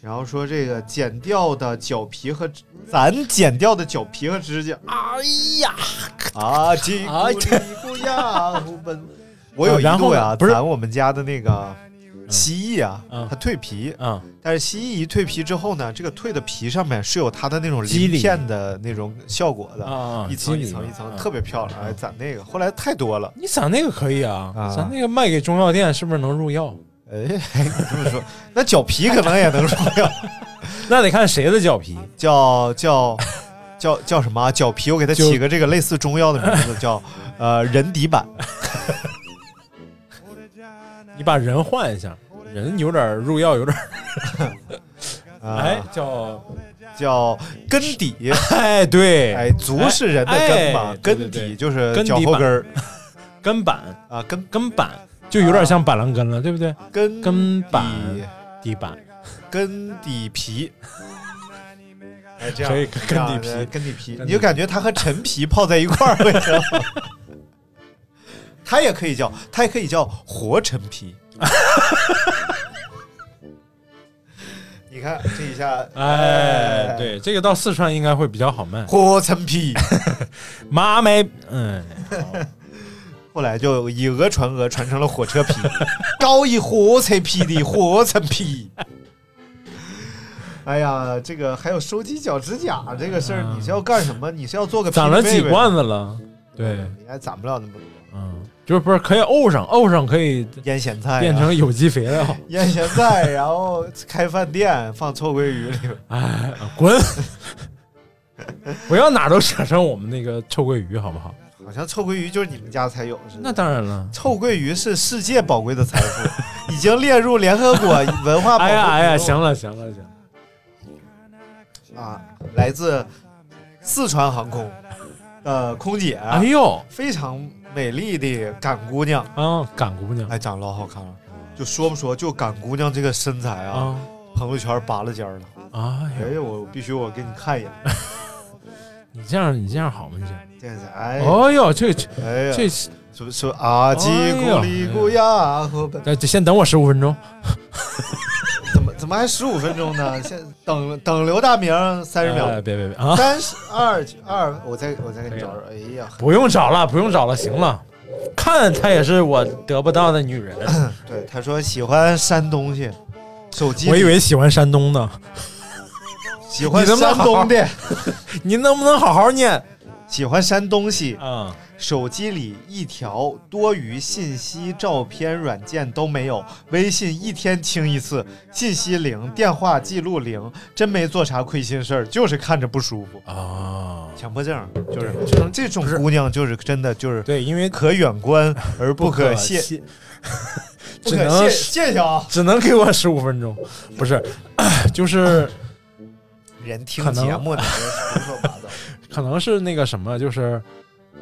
Speaker 2: 然后说这个剪掉的脚皮和指咱剪掉的脚皮和指甲
Speaker 3: 哎呀，
Speaker 2: 啊，叽咕叽咕呀，呼奔。我有一
Speaker 3: 啊然
Speaker 2: 度
Speaker 3: 后
Speaker 2: 呀，
Speaker 3: 呢不是
Speaker 2: 咱我们家的那个蜥蜴啊
Speaker 3: 嗯，
Speaker 2: 它蜕皮，
Speaker 3: 啊，
Speaker 2: 但是蜥蜴一蜕皮之后呢，这个蜕的皮上面是有它的那种
Speaker 3: 肌
Speaker 2: 鳞
Speaker 3: 理
Speaker 2: 片的那种效果的
Speaker 3: 啊啊
Speaker 2: 一层
Speaker 3: 肌
Speaker 2: 一
Speaker 3: 理
Speaker 2: 层一层，
Speaker 3: 啊
Speaker 2: 特别漂亮。哎，攒那个，后来太多了。
Speaker 3: 你攒那个可以啊
Speaker 2: 啊，
Speaker 3: 咱那个卖给中药店是不是能入药？
Speaker 2: 哎，你这么说，那脚皮可能也能说呀，
Speaker 3: 那得看谁的脚皮，
Speaker 2: 叫叫叫叫什么啊？脚皮，我给它
Speaker 3: 就
Speaker 2: 起个这个类似中药的名 字，叫呃人底板。
Speaker 3: 你把人换一下，人有点入药，有点
Speaker 2: 啊
Speaker 3: 哎叫
Speaker 2: 叫根底。
Speaker 3: 哎对，
Speaker 2: 哎，足是人的根嘛，
Speaker 3: 哎对
Speaker 2: 根
Speaker 3: 对
Speaker 2: 底
Speaker 3: 对
Speaker 2: 就是
Speaker 3: 根底
Speaker 2: 脚
Speaker 3: 板
Speaker 2: 后跟儿
Speaker 3: 根板
Speaker 2: 啊，根
Speaker 3: 根板就有点像板蓝根了，对不对？
Speaker 2: 根
Speaker 3: 根板
Speaker 2: 底
Speaker 3: 地板
Speaker 2: 根底皮。 哎，这样
Speaker 3: 可以根
Speaker 2: 这样
Speaker 3: 根底皮
Speaker 2: 呃根底皮
Speaker 3: 根，底
Speaker 2: 你就感觉它和陈皮泡在一块儿了。它也可以叫，它也可以叫活陈皮。 你看这一下，
Speaker 3: 哎，，对，这个到四川应该会比较好卖。
Speaker 2: 活陈皮，
Speaker 3: 妈卖，嗯，
Speaker 2: 后来就以讹传讹，传成了火车皮， 高一火车皮的火车皮。哎呀，这个还有收集脚趾甲这个事儿，你是要干什么？你是要做个
Speaker 3: 攒了几罐
Speaker 2: 子？
Speaker 3: 子 了？对，
Speaker 2: 你还攒不了那么多。
Speaker 3: 嗯，就是不是可以沤上，沤上可以
Speaker 2: 腌咸菜啊
Speaker 3: 变成有机肥 料。
Speaker 2: 腌咸菜，然后开饭店放臭鳜鱼里边。
Speaker 3: 哎，滚！ 不要哪都扯上我们那个臭鳜鱼，好不好？
Speaker 2: 好像臭鳜鱼就是你们家才有似的。
Speaker 3: 那当然了，
Speaker 2: 臭鳜鱼是世界宝贵的财富，已经列入联合国文化保护。
Speaker 3: 哎呀哎呀，行了行了行了，
Speaker 2: 啊，来自四川航空的空姐，哎
Speaker 3: 呦，
Speaker 2: 非常美丽的赶姑娘
Speaker 3: 啊，赶姑娘，
Speaker 2: 哎，长得老好看了。就说不说，就赶姑娘这个身材啊，
Speaker 3: 啊
Speaker 2: 朋友圈扒拉尖儿了。
Speaker 3: 啊，
Speaker 2: 哎呀，我必须我给你看一眼，
Speaker 3: 你这样你这样好吗？你这样，
Speaker 2: 这是哎，
Speaker 3: 哎呦，这这
Speaker 2: 哎呀，
Speaker 3: 这，
Speaker 2: 说说啊，叽咕哩咕哎呀，后边
Speaker 3: 那就先等我十五分钟。
Speaker 2: 怎么怎么还十五分钟呢？ 现等等刘大明三十秒
Speaker 3: 哎，别别别啊！
Speaker 2: 三十二二，我再我再给你找找。哎呀，
Speaker 3: 不用找了，不用找了，行了。看她也是我得不到的女人，
Speaker 2: 对，他说喜欢删东西，手机里
Speaker 3: 我以为喜欢山东呢。
Speaker 2: 喜欢
Speaker 3: 你能不能
Speaker 2: 山
Speaker 3: 好好
Speaker 2: 东的，
Speaker 3: 你能不能好好念？
Speaker 2: 喜欢删东西，
Speaker 3: 啊、
Speaker 2: 手机里一条多余信息、照片、软件都没有，微信一天清一次，信息零，电话记录零，真没做啥亏心事儿，就是看着不舒服。
Speaker 3: 啊，
Speaker 2: 强迫症就是这种这种姑娘，就是真的就是
Speaker 3: 对，因为
Speaker 2: 可远观而不可亵，，不
Speaker 3: 只
Speaker 2: 可
Speaker 3: 能
Speaker 2: 亵谢谢啊！
Speaker 3: 只能给我十五分钟，不是， 就是
Speaker 2: 人听
Speaker 3: 可能
Speaker 2: 节目呢，胡说八道。
Speaker 3: 可能是那个什么，就是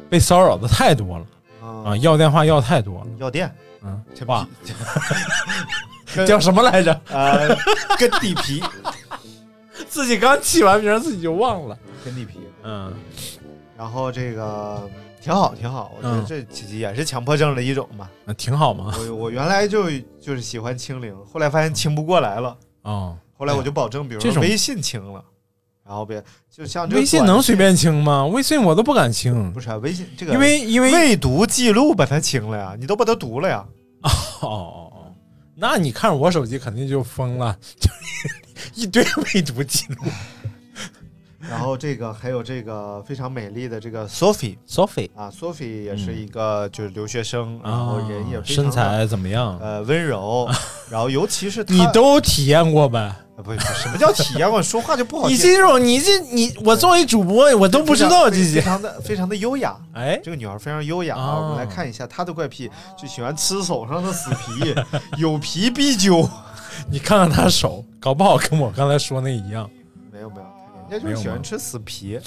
Speaker 3: 被骚扰的太多了啊，
Speaker 2: 啊，
Speaker 3: 要电话要太多了，
Speaker 2: 药店，
Speaker 3: 嗯，
Speaker 2: 这
Speaker 3: 哇，
Speaker 2: 跟
Speaker 3: 叫什么来着？
Speaker 2: 呃， 跟地皮，
Speaker 3: 自己刚起完名，自己就忘了。
Speaker 2: 跟地皮，
Speaker 3: 嗯，
Speaker 2: 然后这个挺好，挺好，我觉得
Speaker 3: 嗯
Speaker 2: 这其实也是强迫症的一种 吧。
Speaker 3: 那挺好嘛。
Speaker 2: 我我原来就就是喜欢清零，后来发现清不过来了，
Speaker 3: 啊，
Speaker 2: 后来我就保证，比如
Speaker 3: 这
Speaker 2: 说
Speaker 3: 种
Speaker 2: 微信清了，然后别啊就像这
Speaker 3: 微信
Speaker 2: 短
Speaker 3: 能随便清吗？微信我都不敢清
Speaker 2: 不，是啊微信这个，
Speaker 3: 因为因为
Speaker 2: 未读记录把它清了呀，你都把它读了呀，
Speaker 3: 哦哦哦，那你看我手机肯定就疯了， 就是一堆未读记录。
Speaker 2: 然后这个还有这个非常美丽的这个 Sophie
Speaker 7: Sophie，
Speaker 2: 啊，Sophie 也是一个就是留学生，然后
Speaker 3: 啊，
Speaker 2: 人也非常
Speaker 3: 嗯身
Speaker 2: 的
Speaker 3: 材怎么样？
Speaker 2: 呃温 柔，然后尤其是她
Speaker 3: 你都体验过呗？
Speaker 2: 啊不是什么叫体验过，说话就不好
Speaker 3: 你
Speaker 2: 听，
Speaker 3: 这种，你这你，我作为主播，我都 不知道这
Speaker 2: 非非
Speaker 3: 些。
Speaker 2: 常的非常的优雅。
Speaker 3: 哎，
Speaker 2: 这个女孩非常优雅啊，
Speaker 3: 啊
Speaker 2: 我们来看一下她的怪癖，就喜欢吃手上的死皮， 有皮必究。
Speaker 3: 你看看他手，搞不好跟我刚才说那一样。
Speaker 2: 没有没有，人家就是喜欢吃死皮，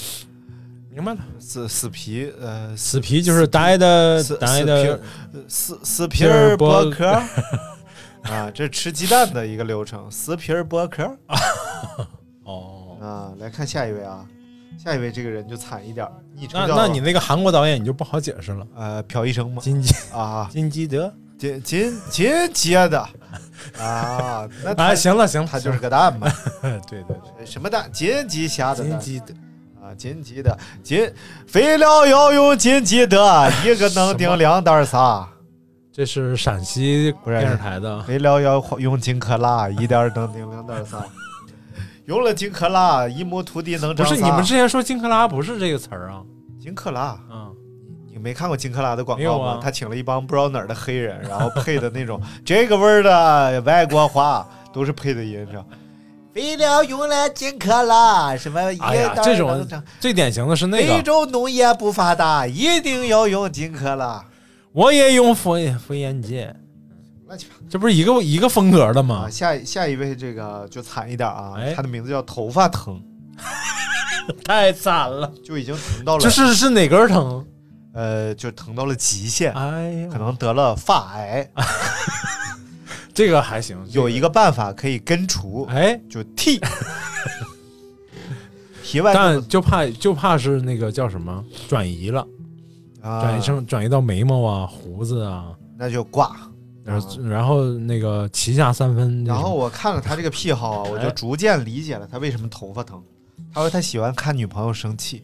Speaker 3: 明白了，
Speaker 2: 死死皮，呃，死
Speaker 3: 死皮就是呆的
Speaker 2: 死
Speaker 3: 呆
Speaker 2: 死
Speaker 3: 的
Speaker 2: 皮，死死皮儿剥壳儿 啊，这是吃鸡蛋的一个流程，死皮儿剥壳儿
Speaker 3: 哦。
Speaker 2: 啊。来看下一位啊，下一位这个人就惨一点儿，昵
Speaker 3: 那
Speaker 2: 称叫
Speaker 3: 那你那个韩国导演你就不好解释了，
Speaker 2: 呃朴医生吗？
Speaker 3: 金基
Speaker 2: 啊，
Speaker 3: 金基德
Speaker 2: 紧紧紧接的啊，那他
Speaker 3: 啊，行了行了，
Speaker 2: 他就是个蛋嘛。
Speaker 3: 对对对，
Speaker 2: 什么蛋？ 金吉虾的
Speaker 3: 金
Speaker 2: 蛋
Speaker 3: 基德
Speaker 2: 啊，金吉的金，肥料要用金吉的，一个能顶两袋仨。
Speaker 3: 这是陕西
Speaker 2: 是
Speaker 3: 电视台的，
Speaker 2: 肥料要用金克拉，一点能顶两袋仨。用了金克拉，一亩土地能
Speaker 3: 不
Speaker 2: 长仨。
Speaker 3: 是你们之前说金克拉不是这个词儿啊？
Speaker 2: 金克拉，
Speaker 3: 嗯，
Speaker 2: 你没看过金克拉的广
Speaker 3: 没
Speaker 2: 告
Speaker 3: 有
Speaker 2: 吗？
Speaker 3: 啊
Speaker 2: 他请了一帮不知道哪儿的黑人，然后配的那种这个味儿的外国话，都是配的音上。肥料用了金克拉，什么一
Speaker 3: 哎呀
Speaker 2: 袋能
Speaker 3: 这种
Speaker 2: 长
Speaker 3: 最典型的是那
Speaker 2: 非
Speaker 3: 个，
Speaker 2: 洲农业不发达，一定要用金克拉。
Speaker 3: 我也用佛佛眼界，
Speaker 2: 乱七八
Speaker 3: 这不是一个一个风格的
Speaker 2: 糟啊！
Speaker 3: 吗？
Speaker 2: 下一下一位这个就惨一点啊，
Speaker 3: 哎
Speaker 2: 他的名字叫头发疼，
Speaker 3: 太惨了，
Speaker 2: 就已经疼到了，
Speaker 3: 就是是哪根儿疼？
Speaker 2: 呃，就疼到了极限，
Speaker 3: 哎呀
Speaker 2: 可，能得了发癌。
Speaker 3: 啊这个还行，这
Speaker 2: 有一个办法可以根除，
Speaker 3: 哎，
Speaker 2: 就 剃。皮外
Speaker 3: 但就怕就怕是那个叫什么转移了，转
Speaker 2: 啊
Speaker 3: 移，成转移到眉毛啊、胡子啊，
Speaker 2: 那就挂。
Speaker 3: 然后然后那个旗下三分那
Speaker 2: 啊
Speaker 3: 哎
Speaker 2: 然
Speaker 3: 种，
Speaker 2: 后我看了他这个癖好啊，我就逐渐理解了他为什么头发疼。他说他喜欢看女朋友生气，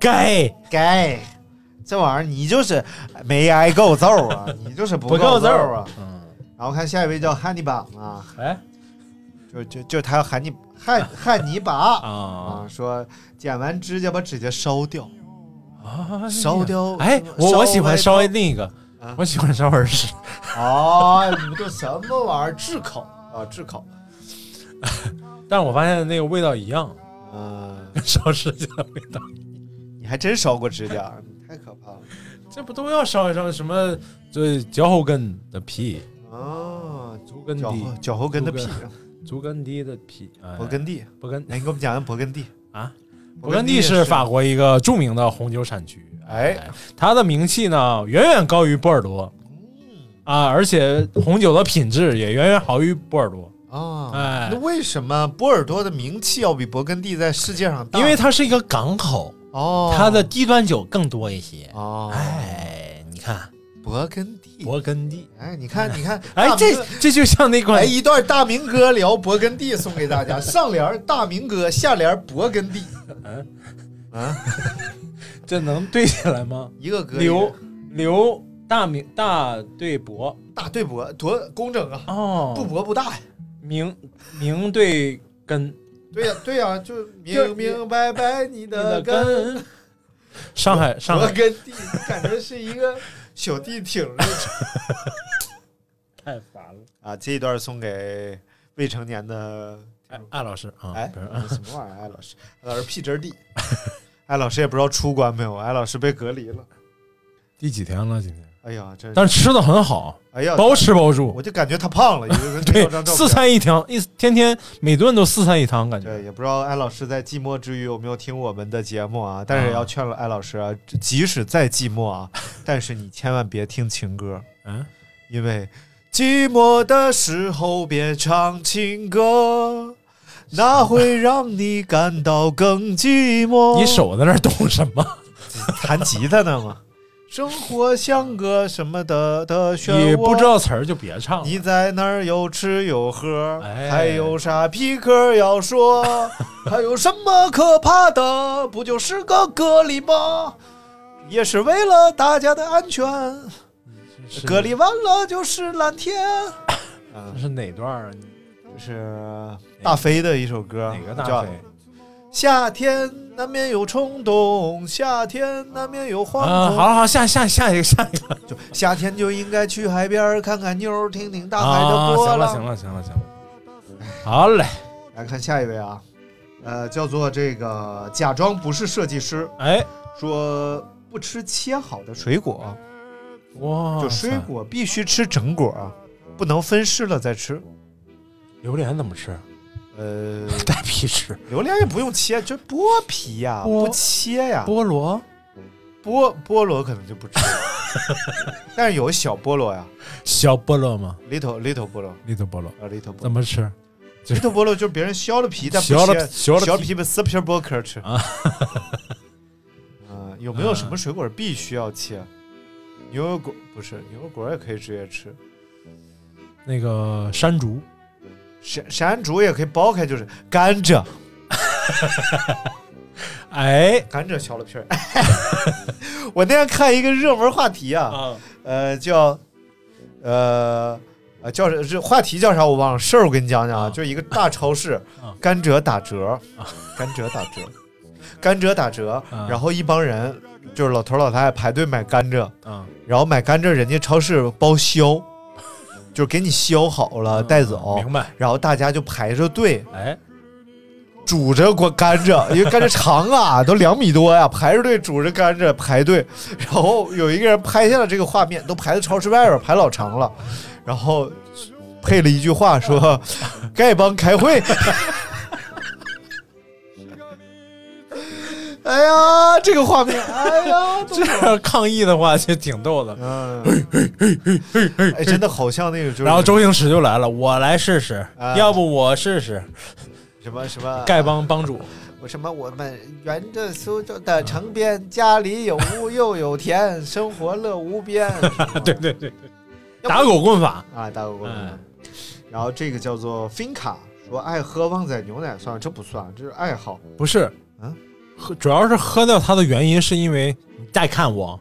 Speaker 3: 该
Speaker 2: 该这玩意儿你就是没挨够揍 啊，你就是不
Speaker 3: 不够
Speaker 2: 揍
Speaker 3: 揍
Speaker 2: 啊。
Speaker 3: 嗯，
Speaker 2: 然后看下一位叫汉尼拔啊，
Speaker 3: 哎，
Speaker 2: 就就就他要喊你汉汉尼拔啊
Speaker 3: 啊，
Speaker 2: 说剪完指甲把指甲烧掉，
Speaker 3: 啊
Speaker 2: 烧掉啊
Speaker 3: 哎，
Speaker 2: 烧
Speaker 3: 我我喜
Speaker 2: 歪
Speaker 3: 欢
Speaker 2: 头
Speaker 3: 稍微另一个，我喜欢烧耳屎。
Speaker 2: 哦，你们这什么玩意儿？炙烤啊，炙烤，
Speaker 3: 但是我发现那个味道一样，
Speaker 2: 嗯，
Speaker 3: 跟烧指甲的味道，
Speaker 2: 你还真烧过指甲，太可怕了。
Speaker 3: 这不都要烧一烧什么？这脚后跟的皮，
Speaker 2: 哦，
Speaker 3: 足跟
Speaker 2: 脚
Speaker 3: 底
Speaker 2: 后，脚后跟的屁啊
Speaker 3: 足，足跟底的皮，哎
Speaker 2: 勃艮第，
Speaker 3: 勃艮，
Speaker 2: 来，你给我们讲讲勃艮第
Speaker 3: 啊？
Speaker 2: 勃
Speaker 3: 勃
Speaker 2: 艮
Speaker 3: 艮
Speaker 2: 第
Speaker 3: 第
Speaker 2: 是
Speaker 3: 是法国一个著名的红酒产区，
Speaker 2: 哎，
Speaker 3: 它的名气呢远远高于波尔多，啊，而且红酒的品质也远远好于波尔多，
Speaker 2: 啊，
Speaker 3: 哎
Speaker 2: 那为什么波尔多的名气要比勃艮第在世界上大？
Speaker 8: 因为它是一个港口，
Speaker 2: 啊哦，
Speaker 8: 它的低端酒更多一些。
Speaker 2: 哦，
Speaker 8: 哎，你看
Speaker 2: 勃艮第，
Speaker 3: 勃艮第。
Speaker 2: 哎，你看，你看，大，
Speaker 3: 哎
Speaker 2: 明
Speaker 3: 这
Speaker 2: 哥
Speaker 3: 这就像那款
Speaker 2: 来一段大明哥聊勃艮第送给大家，上联儿大明哥，下联儿勃艮第，啊，
Speaker 3: 这能对起来吗？
Speaker 2: 一个哥一
Speaker 3: 刘
Speaker 2: 个
Speaker 3: 刘大明大对勃
Speaker 2: 大对勃，多工整啊，
Speaker 3: 哦
Speaker 2: 不勃不大呀，
Speaker 3: 明明对根
Speaker 2: 对呀，对呀，就
Speaker 3: 就
Speaker 2: 明明白白你的根。
Speaker 3: 根。上海上
Speaker 2: 勃
Speaker 3: 海
Speaker 2: 艮第感觉是一个小地挺着
Speaker 3: 太烦了，
Speaker 2: 啊！这一段送给未成年的
Speaker 3: 艾艾老师啊，
Speaker 2: 哎
Speaker 3: 不是，
Speaker 2: 什么玩意儿？艾老师，哎艾老师屁 真地，艾哎老师也不知道出关没有，艾老师被隔离了。
Speaker 3: 第几天了今天？
Speaker 2: 哎呀，真是，
Speaker 3: 但是吃的很好，
Speaker 2: 哎呀，
Speaker 3: 包吃包住
Speaker 2: 我，就感觉他胖了，有一个
Speaker 3: 对
Speaker 2: 照张，照
Speaker 3: 四
Speaker 2: 片。
Speaker 3: 餐一汤，一天天每顿都四餐一汤，感觉
Speaker 2: 对，也不知道艾老师在寂寞之余有没有听我们的节目啊？但是也要劝了艾老师啊， 即使再寂寞啊， 但是你千万别听情歌，
Speaker 3: 嗯，
Speaker 2: 因为寂寞的时候别唱情歌，那会让你感到更寂寞。
Speaker 3: 你手在那儿动什么？
Speaker 2: 弹吉他呢吗？ 生活像个什么的的漩涡，
Speaker 3: 你不知道词儿就别唱了。
Speaker 2: 你在哪儿有吃有喝，
Speaker 3: 哎
Speaker 2: 还有啥屁嗑要 说？还有什么可怕的？不就是个隔离吗？也是为了大家的安全，
Speaker 3: 嗯是
Speaker 2: 隔离完了就是蓝天。
Speaker 3: 这是哪段啊？你
Speaker 2: 这是大飞的一首歌，
Speaker 3: 哎哪个大
Speaker 2: 啊叫
Speaker 3: 飞？
Speaker 2: 夏天难免有冲动，夏天难免有惶
Speaker 3: 啊，
Speaker 2: 恐。
Speaker 3: 好了好，下下下一个下一个。
Speaker 2: 就夏天就应该去海边儿看看妞儿，听听大海
Speaker 3: 啊
Speaker 2: 的波
Speaker 3: 行了
Speaker 2: 浪。
Speaker 3: 行了行了行了，好嘞，
Speaker 2: 来看下一位啊，呃，叫做这个假装不是设计师，
Speaker 3: 哎，
Speaker 2: 说不吃切好的水果，啊
Speaker 3: 哇，
Speaker 2: 就水，果必须吃整果啊，不能分尸了再吃。
Speaker 3: 榴莲怎么吃？
Speaker 2: 呃，
Speaker 3: 带皮吃。
Speaker 2: 榴莲也不用 切，就剥皮呀、
Speaker 3: 剥
Speaker 2: 不切呀、
Speaker 3: 菠萝
Speaker 2: 菠菠萝可能就不吃， 但是有小菠萝呀
Speaker 3: 小菠萝吗？
Speaker 2: ，little little 菠萝，
Speaker 3: 绿的菠萝
Speaker 2: 呃，little 菠
Speaker 3: 怎
Speaker 2: 萝。
Speaker 3: 么吃？
Speaker 2: little 菠萝就是别人削了皮，但不
Speaker 3: 削了
Speaker 2: 切，
Speaker 3: 削了皮
Speaker 2: 削皮把撕皮儿剥壳儿吃。
Speaker 3: 啊
Speaker 2: 啊，有没有什么水果必须要切？牛油果不是，牛油果也可以直接吃，
Speaker 3: 那个山竹，
Speaker 2: 山山竹也可以剥开，就是甘蔗，
Speaker 3: 哎
Speaker 2: 甘蔗削了皮儿。 我那天看一个热门话题啊，
Speaker 3: 啊，
Speaker 2: 呃，叫呃啊叫这话题叫啥我忘了，事儿我跟你讲讲啊，
Speaker 3: 啊
Speaker 2: 就一个大超市
Speaker 3: 啊，
Speaker 2: 甘蔗打折， 甘蔗打折，甘蔗打折，
Speaker 3: 啊
Speaker 2: 然后一帮人就是老头老太太排队买甘蔗，
Speaker 3: 嗯，
Speaker 2: 然后买甘蔗，人家超市包削，就是给你削好了带走，
Speaker 3: 啊明白？
Speaker 2: 然后大家就排着队
Speaker 3: 哎，
Speaker 2: 煮着 过甘蔗，因为甘蔗长啊， 都两米多呀、排着队煮着甘蔗排队，然后有一个人拍下了这个画面，都排在超市外边排老长了，然后配了一句话 说：“丐帮开会。”哎呀，这个画面，哎呀，
Speaker 3: 这样抗议的话就挺逗的。
Speaker 2: 嗯，哎，真的好像那个就是，
Speaker 3: 然后周星驰就来了，我来试试
Speaker 2: 啊，
Speaker 3: 要不我试试
Speaker 2: 什么什么啊
Speaker 3: 丐帮帮主，
Speaker 2: 我什么我们沿着苏州的城边，家里有屋又有田，生活乐无边。
Speaker 3: 对对对，对
Speaker 2: 要不
Speaker 3: 打狗棍法，
Speaker 2: 啊，打狗棍
Speaker 3: 哎。
Speaker 2: 然后这个叫做 Finca，说爱喝旺仔牛奶算了，这不算，这是爱好。
Speaker 3: 不是
Speaker 2: 嗯，
Speaker 3: 喝主要是喝掉它的原因是因为你再看我，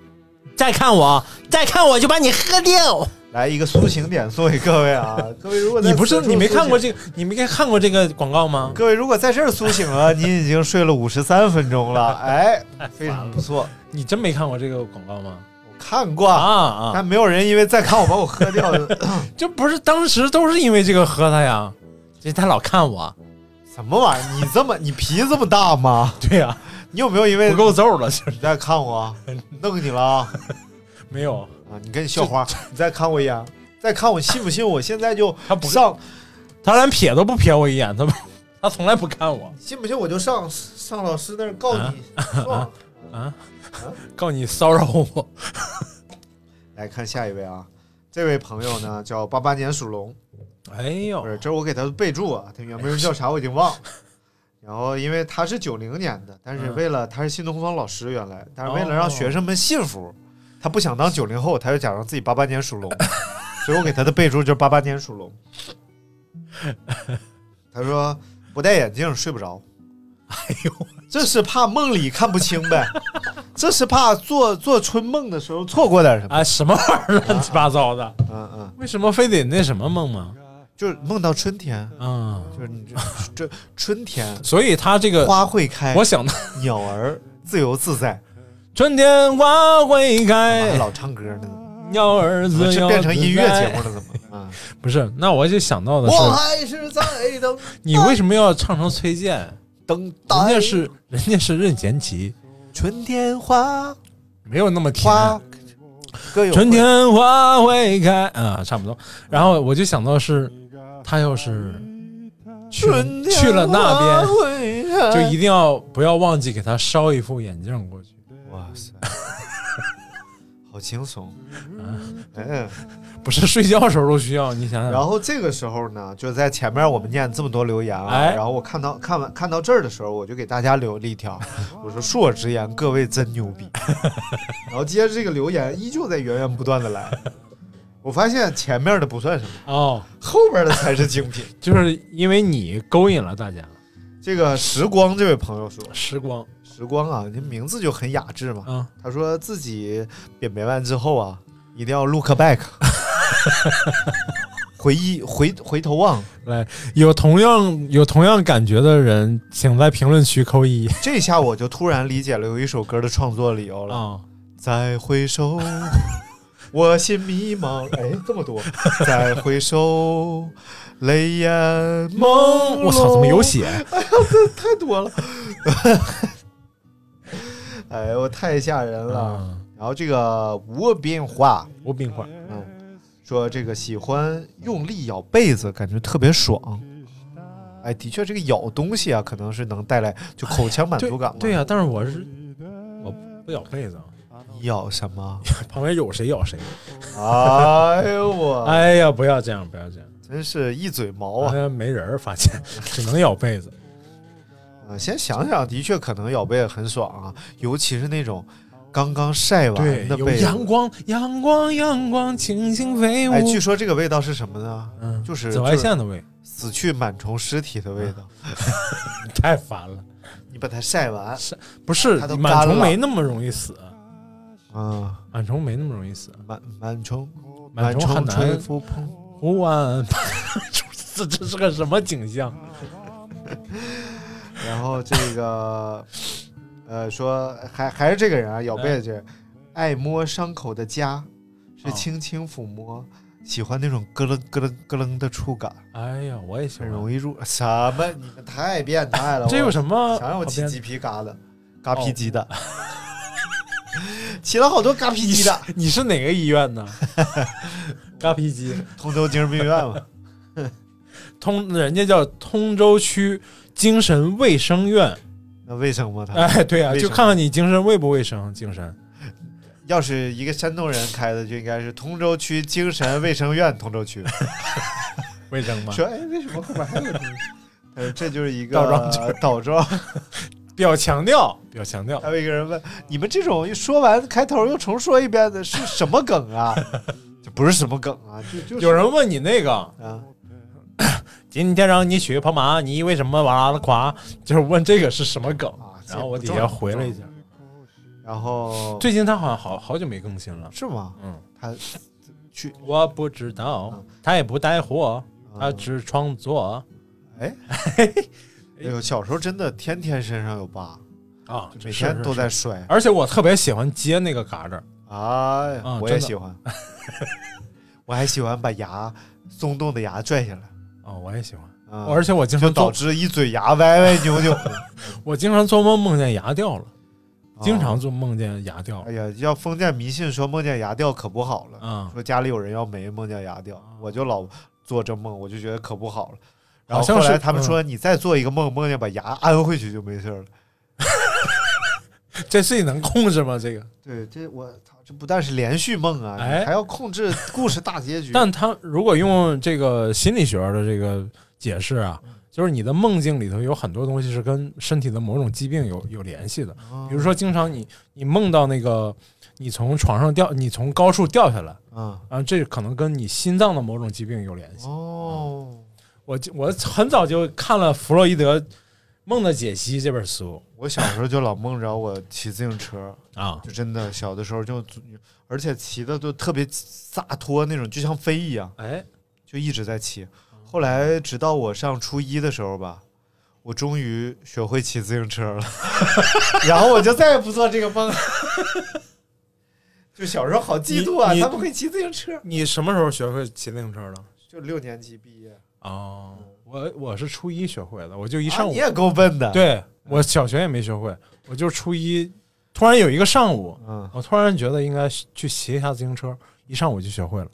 Speaker 9: 再看我，再看我就把你喝掉。
Speaker 2: 来一个苏醒点所以各位 啊，各位如果在
Speaker 3: 你不是
Speaker 2: 此处
Speaker 3: 你没看过
Speaker 2: 苏醒
Speaker 3: 这个，你没看过这个广告吗？
Speaker 2: 各位如果在这儿苏醒 了，你已经睡了五十三分钟了，哎，非常不错。
Speaker 3: 你真没看过这个广告吗？
Speaker 2: 看过
Speaker 3: 啊啊！
Speaker 2: 但没有人因为再看我把我喝掉，
Speaker 3: 这不是当时都是因为这个喝他呀？这他老看我，
Speaker 2: 什么玩意儿？你这么你脾气这么大吗？
Speaker 3: 对呀、
Speaker 2: 你有没有因为
Speaker 3: 不够揍了？就是
Speaker 2: 你再看我，弄你了啊！
Speaker 3: 没有
Speaker 2: 啊，你赶紧校花，你再看我一眼，再看我信不信？我现在就
Speaker 3: 他不
Speaker 2: 上，
Speaker 3: 他连瞥都不瞥我一眼，他不 他从来不看我
Speaker 2: 信不信我就上上老师那儿告你 状。
Speaker 3: 啊！告你骚扰我，
Speaker 2: 来看下一位啊，这位朋友呢叫八八年属龙，
Speaker 3: 哎呦
Speaker 2: 不，是，这是我给他备注啊，他原名叫啥我已经忘了。然后，因为他是九零年的，但是为了他是新东方老师，原来，但是为了让学生们信服，他不想当九零后，他就假装自己八八年属龙，所以我给他的备注就是八八年属龙。他说不戴眼镜睡不着，哎呦，这是怕梦里看不清呗，这是怕做做春梦的时候错过点什么。
Speaker 3: 啊，什么玩意儿乱七八糟的？
Speaker 2: 嗯嗯，
Speaker 3: 为什么非得那什么梦吗？
Speaker 2: 就是梦到春天，
Speaker 3: 嗯，
Speaker 2: 就是你这这春天
Speaker 3: 所以他这个，
Speaker 2: 花会开，
Speaker 3: 呃我想的
Speaker 2: 鸟儿自由自在，
Speaker 3: 春天花会
Speaker 2: 还
Speaker 3: 开，
Speaker 2: 哎老唱歌呢，
Speaker 3: 鸟儿
Speaker 2: 怎么
Speaker 3: 哎自
Speaker 2: 这
Speaker 3: 由
Speaker 2: 变成音乐
Speaker 3: 自在
Speaker 2: 节目了？怎么？啊，
Speaker 3: 不是，那我就想到的
Speaker 2: 我
Speaker 3: 是，
Speaker 2: 还是在等
Speaker 3: 你为什么要唱成崔健？
Speaker 2: 等
Speaker 3: 人
Speaker 2: 待
Speaker 3: 家是人家是任贤齐，
Speaker 2: 春天花
Speaker 3: 没有那么甜。
Speaker 2: 花，各有
Speaker 3: 春天花会开啊，差不多。然后我就想到是，他要是去
Speaker 2: 春天
Speaker 3: 去了那边，
Speaker 2: 边
Speaker 3: 就一定要不要忘记给他捎一副眼镜过去。
Speaker 2: 哇塞，好轻松，
Speaker 3: 啊
Speaker 2: 嗯。
Speaker 3: 不是睡觉时候都需要，你想想。
Speaker 2: 然后这个时候呢，就在前面我们念这么多留言啊，
Speaker 3: 哎
Speaker 2: 然后我看到看完看到这儿的时候，我就给大家留了一条，我说恕我直言，各位真牛逼。然后接着这个留言依旧在源源不断的来，我发现前面的不算什么，
Speaker 3: 哦，
Speaker 2: 后边的才是精品。
Speaker 3: 就是因为你勾引了大家。
Speaker 2: 这个时光这位朋友说，
Speaker 3: 时光
Speaker 2: 时光啊，您名字就很雅致嘛，
Speaker 3: 啊，
Speaker 2: 他说自己扁扁完之后啊，一定要 look back，回忆回回头望。
Speaker 3: 来，有同样有同样感觉的人，请在评论区扣一
Speaker 2: 这下我就突然理解了有一首歌的创作理由了。
Speaker 3: 啊。
Speaker 2: 再回 首，我心迷茫。哎，这么 多。再回首，泪眼朦胧。
Speaker 3: 我操，怎么有血？
Speaker 2: 太多了。哎呦，太吓人了。
Speaker 3: 啊，
Speaker 2: 然后这个无变化
Speaker 3: 我冰块。
Speaker 2: 说，这个喜欢用力咬被子，感觉特别爽。哎，的确，这个咬东西啊，可能是能带来就口腔满
Speaker 3: 对
Speaker 2: 足感嘛。
Speaker 3: 对啊呀、但是我是我不咬被子，啊
Speaker 2: 咬什么？
Speaker 3: 旁边有谁咬谁。
Speaker 2: 哎呦我，
Speaker 3: 哎呀，不要这样，不要这样，
Speaker 2: 真是一嘴毛
Speaker 3: 好
Speaker 2: 啊！
Speaker 3: 像没人儿发 现，只能咬被子。
Speaker 2: 啊先想想，的确可能咬被子很爽啊，尤其是那种刚刚晒完
Speaker 3: 对，
Speaker 2: 的
Speaker 3: 有
Speaker 2: 被
Speaker 3: 阳
Speaker 2: 子。
Speaker 3: 光，阳光，阳光，轻轻飞舞。
Speaker 2: 哎，据说这个味道是什么呢？
Speaker 3: 嗯，
Speaker 2: 就是
Speaker 3: 紫外线的味，
Speaker 2: 死去螨虫尸体的味道。
Speaker 3: 太烦了。
Speaker 2: 你把它晒完，
Speaker 3: 不是，
Speaker 2: 它都
Speaker 3: 螨
Speaker 2: 干
Speaker 3: 虫
Speaker 2: 了
Speaker 3: 没那么容易死，
Speaker 2: 啊，
Speaker 3: 螨虫没那么容易死，
Speaker 2: 螨螨虫，
Speaker 3: 螨虫很
Speaker 2: 虫吹
Speaker 3: 难。
Speaker 2: 拂蓬。
Speaker 3: 呼万，这 这是个什么景象？
Speaker 2: 然后这个，呃，说还还是这个人啊，咬被子这个人，爱摸伤口的痂，是
Speaker 3: 哦
Speaker 2: 轻轻抚摸，喜欢那种咯楞咯楞咯楞的触感。
Speaker 3: 哎呀，我也喜
Speaker 2: 很
Speaker 3: 欢。
Speaker 2: 容易入什么？你们太变态了！
Speaker 3: 这有什么
Speaker 2: 么？想让我
Speaker 3: 好哦
Speaker 2: 起
Speaker 3: 编
Speaker 2: 鸡皮疙瘩，嘎皮鸡的， 起了好多嘎皮
Speaker 3: 你
Speaker 2: 鸡
Speaker 3: 是
Speaker 2: 的。
Speaker 3: 你是哪个医院呢？ 嘎皮鸡，
Speaker 2: 通州精神病院嘛，
Speaker 3: 通人家叫通州区精神卫生院。
Speaker 2: 那卫生吗？他
Speaker 3: 哎，对啊，
Speaker 2: 卫
Speaker 3: 就
Speaker 2: 生
Speaker 3: 看看你精神卫不卫生，精神。
Speaker 2: 要是一个山东人开的，就应该是通州区精神卫生院通州 区。
Speaker 3: 卫生吗？
Speaker 2: 说哎，为什么后面还有个东 西？呃，这就是一个
Speaker 3: 倒装句儿
Speaker 2: 倒装。
Speaker 3: 比较强调，比较强调
Speaker 2: 还。有一个人问：“你们这种说完开头又重说一遍的是什么梗啊？” 这不是什么梗啊，就就是
Speaker 3: 有人问你那个，
Speaker 2: 啊，
Speaker 3: 今天让你学跑马，你为什么哇啦啦垮？就是问这个是什么梗
Speaker 2: 啊，
Speaker 3: 然后我
Speaker 2: 这不
Speaker 3: 底
Speaker 2: 重
Speaker 3: 下
Speaker 2: 要
Speaker 3: 回了一下，
Speaker 2: 然然后
Speaker 3: 最近他好像好好久没更新了，
Speaker 2: 是吗？
Speaker 3: 嗯，
Speaker 2: 他去
Speaker 3: 我不知
Speaker 2: 啊
Speaker 3: 道，他也不带货，他
Speaker 2: 嗯
Speaker 3: 只创作。
Speaker 2: 哎，哎呦，小时候真的天天身上有疤
Speaker 3: 啊，
Speaker 2: 每天都在摔。
Speaker 3: 而且我特别喜欢接那个嘎吱，
Speaker 2: 哎呀
Speaker 3: 啊
Speaker 2: 我
Speaker 3: 真
Speaker 2: 也
Speaker 3: 的
Speaker 2: 喜欢， 我还喜欢把牙松动的牙拽下来。
Speaker 3: 哦，我也喜欢，
Speaker 2: 啊、
Speaker 3: 而且我经
Speaker 2: 就
Speaker 3: 常做
Speaker 2: 导致一嘴牙歪歪扭扭。
Speaker 3: 我经常做梦梦见牙掉了， 经常做梦见牙掉了。
Speaker 2: 啊哎呀，要封建迷信说梦见牙掉可不好了，
Speaker 3: 嗯
Speaker 2: 说家里有人要没梦见牙掉，我就老做这梦，我就觉得可不好了。然
Speaker 3: 好
Speaker 2: 后
Speaker 3: 像
Speaker 2: 后来
Speaker 3: 是
Speaker 2: 他们说，
Speaker 3: 嗯
Speaker 2: 你再做一个梦，梦见把牙安回去就没事了。
Speaker 3: 这事情能控制吗？这个？
Speaker 2: 对，这我操，这不但是连续梦啊，
Speaker 3: 哎
Speaker 2: 你还要控制故事大结局。
Speaker 3: 但他如果用这个心理学的这个解释啊，就是你的梦境里头有很多东西是跟身体的某种疾病有有联系的，
Speaker 2: 嗯
Speaker 3: 比如说经常你你梦到那个你从床上掉，你从高处掉下来，
Speaker 2: 嗯
Speaker 3: 啊，这可能跟你心脏的某种疾病有联系。
Speaker 2: 哦，
Speaker 3: 我就我很早就看了弗洛伊德《梦的解析》这本书，
Speaker 2: 我小时候就老梦着我骑自行车
Speaker 3: 啊，
Speaker 2: 就真的小的时候就，而且骑的都特别洒脱那种，就像飞一样，
Speaker 3: 哎，
Speaker 2: 就一直在骑。
Speaker 3: 嗯
Speaker 2: 后来直到我上初一的时候吧，我终于学会骑自行车了， 然后我就再也不做这个梦了。 就小时候好嫉妒啊，
Speaker 3: 你你
Speaker 2: 他们会骑自行车。
Speaker 3: 你什么时候学会骑自行车的？
Speaker 2: 就六年级毕业，
Speaker 3: 哦，我我是初一学会的，我就一上午、
Speaker 2: 啊你也够笨的
Speaker 3: 对我小学也没学会，我就初一突然有一个上午，
Speaker 2: 嗯，
Speaker 3: 我突然觉得应该去骑一下自行车，一上午就学会了。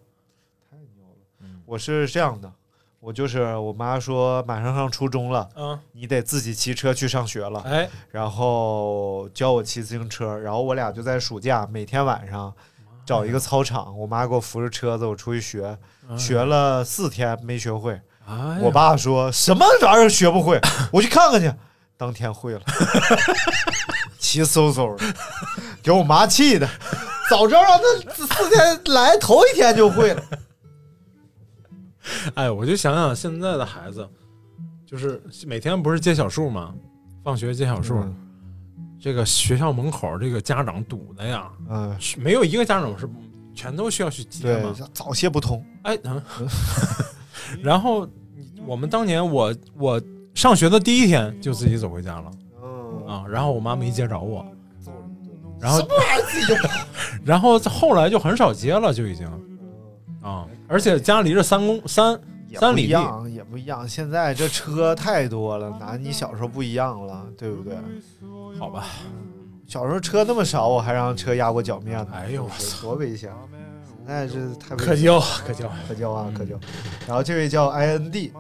Speaker 2: 我是这样的，我就是我妈说马上上初中了，
Speaker 3: 嗯，
Speaker 2: 你得自己骑车去上学了，
Speaker 3: 哎，
Speaker 2: 然后教我骑自行车，然后我俩就在暑假每天晚上找一个操场，我妈给我扶着车子，我出去学，
Speaker 3: 哎
Speaker 2: 学了四天没学会，
Speaker 3: 哎呀
Speaker 2: 我爸说什么玩意儿学不 会，我去看看去，当天会了，骑嗖嗖的，给我妈气的，早知道让他四天来头一天就会了。
Speaker 3: 哎，我就想想现在的孩子，就是每天不是接小数吗？放学接小数，这个学校门口这个家长堵的呀，
Speaker 2: 嗯，
Speaker 3: 没有一个家长是全都需要去接
Speaker 2: 对
Speaker 3: 嘛。，
Speaker 2: 早泄不通，
Speaker 3: 哎，嗯然后你我们当年我我上学的第一天就自己走回家了，啊，然后我妈没接着我，然后 然后后来就很少接了，就已经啊，而且家离着三公三
Speaker 2: 也
Speaker 3: 三
Speaker 2: 不
Speaker 3: 里
Speaker 2: 一
Speaker 3: 地，
Speaker 2: 样，也不一样。现在这车太多了，拿你小时候不一样了，对不对？
Speaker 3: 好吧，
Speaker 2: 小时候车那么少，我还让车压过脚面呢。
Speaker 3: 哎呦我
Speaker 2: 操，多危险！啊现在这太危
Speaker 3: 可嗯
Speaker 2: 险
Speaker 3: 教
Speaker 2: 了
Speaker 3: 可教
Speaker 2: 可教啊可教。然后这位叫 I N D，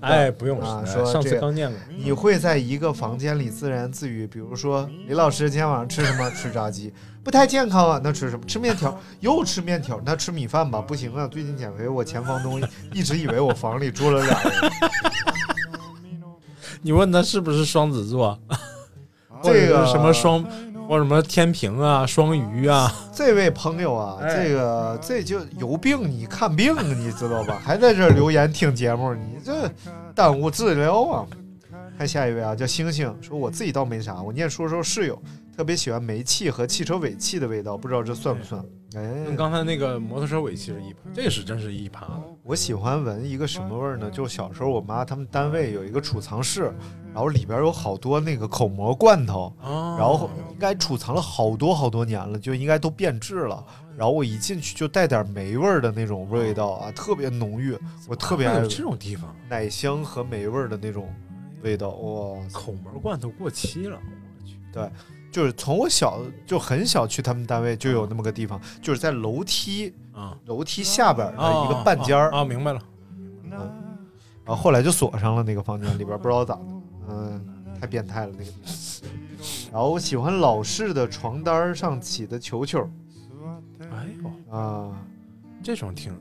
Speaker 3: 哎不用
Speaker 2: 啊，
Speaker 3: 哎
Speaker 2: 说
Speaker 3: 上次
Speaker 2: 这个
Speaker 3: 刚念过
Speaker 2: 你会在一个房间里自言自语，比如说李老师今天晚上吃什么？吃炸鸡，不太健康啊。那吃什么？吃面条，又吃面条。那吃米饭吧，不行啊，最近减肥。我前房东一直以为我房里住了俩人。
Speaker 3: 你问他是不是双子座，
Speaker 2: 这
Speaker 3: 或
Speaker 2: 个
Speaker 3: 者是什么双或者什么天平啊、双鱼啊，
Speaker 2: 这位朋友啊，
Speaker 3: 哎
Speaker 2: 这个这就有病，你看病，你知道吧？还 在这儿留言听节目，你这耽误治疗啊！看下一位啊，叫星星，说我自己倒没啥，我念书的时候室友特别喜欢煤气和汽车尾气的味道，不知道这算不算？哎，
Speaker 3: 跟嗯刚才那个摩托车尾气是一趴，这是真是一趴的。
Speaker 2: 我喜欢闻一个什么味儿呢？就是小时候我妈他们单位有一个储藏室，然后里边有好多那个口蘑罐头，
Speaker 3: 哦
Speaker 2: 然后应该储藏了好多好多年了，就应该都变质了。然后我一进去就带点霉味儿的那种味道啊，特别浓郁，我特别
Speaker 3: 还
Speaker 2: 爱
Speaker 3: 哦有哦
Speaker 2: 闻
Speaker 3: 这种地方，
Speaker 2: 奶香和霉味儿的那种味道，哇！
Speaker 3: 口蘑罐头过期了，
Speaker 2: 对，就是从我小就很小去他们单位就有那么个地方，就是在楼梯
Speaker 3: 啊
Speaker 2: 楼梯下边儿的
Speaker 3: 啊
Speaker 2: 一个半间儿哦
Speaker 3: 啊，明白了。
Speaker 2: 然后后来就锁上了那个房间里边，不知道咋的，嗯，太变态了那个地方。然后我喜欢老式的床单上起的球球
Speaker 3: 哎呦，
Speaker 2: 啊，
Speaker 3: 这种挺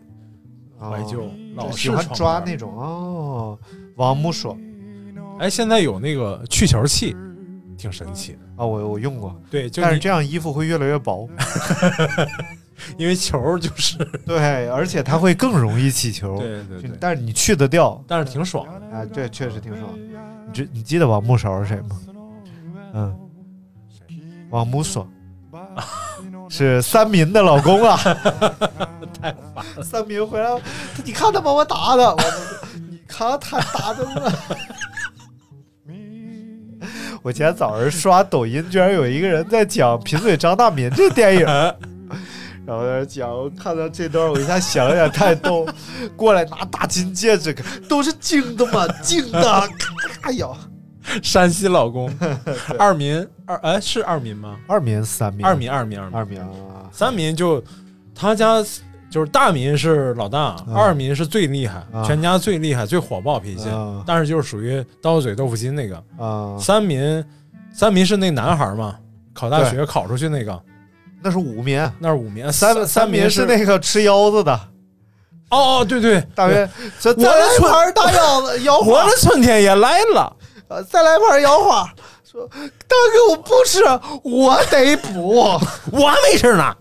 Speaker 2: 啊
Speaker 3: 怀旧，老
Speaker 2: 喜
Speaker 3: 式
Speaker 2: 欢
Speaker 3: 床
Speaker 2: 抓
Speaker 3: 单
Speaker 2: 那种哦，王木爽
Speaker 3: 哎，现在有那个去球器，挺神奇的。
Speaker 2: 啊，我我用过，
Speaker 3: 对，就
Speaker 2: 但是
Speaker 3: 你
Speaker 2: 这样衣服会越来越薄，
Speaker 3: 因为球就是
Speaker 2: 对，而且它会更容易起球，
Speaker 3: 对对
Speaker 2: 就
Speaker 3: 对
Speaker 2: 但是你去得掉，
Speaker 3: 但是挺爽的。
Speaker 2: 啊，这确实挺爽。你知你记得王木勺是谁吗？嗯，王母所，是三民的老公啊。
Speaker 10: 太烦了。
Speaker 2: 三民回来，你看他把我打的，我你看他打的我。 我今天早上刷抖音，居然有一个人在讲《贫嘴张大民》这电影， 然后在那讲，我看到这段，我一下想了想，太逗，过来拿大金戒指，都是金的 嘛，金的，咔呀，
Speaker 3: 山西老 公，二民二哎是二民吗？
Speaker 2: 二民三民
Speaker 3: 二民二民二民
Speaker 2: 二民啊，
Speaker 3: 三民就他家就是大民是老大，
Speaker 2: 嗯
Speaker 3: 二民是最厉害，
Speaker 2: 啊
Speaker 3: 全家最厉害最火爆脾气，
Speaker 2: 啊
Speaker 3: 但是就是属于刀嘴豆腐心那个。
Speaker 2: 啊，
Speaker 3: 三民三民是那男孩嘛，考大学
Speaker 2: 对
Speaker 3: 考出去那个，
Speaker 2: 那是五民，
Speaker 3: 那是五民，
Speaker 2: 三
Speaker 3: 三
Speaker 2: 民
Speaker 3: 是
Speaker 2: 是那个吃腰子的，
Speaker 3: 哦哦对对，
Speaker 2: 大约这
Speaker 3: 我的春
Speaker 2: 盘大腰子腰花
Speaker 3: 我的春天也来了。
Speaker 2: 呃，再来盘腰花。说，大哥，我不吃，我得补，
Speaker 3: 我没吃呢。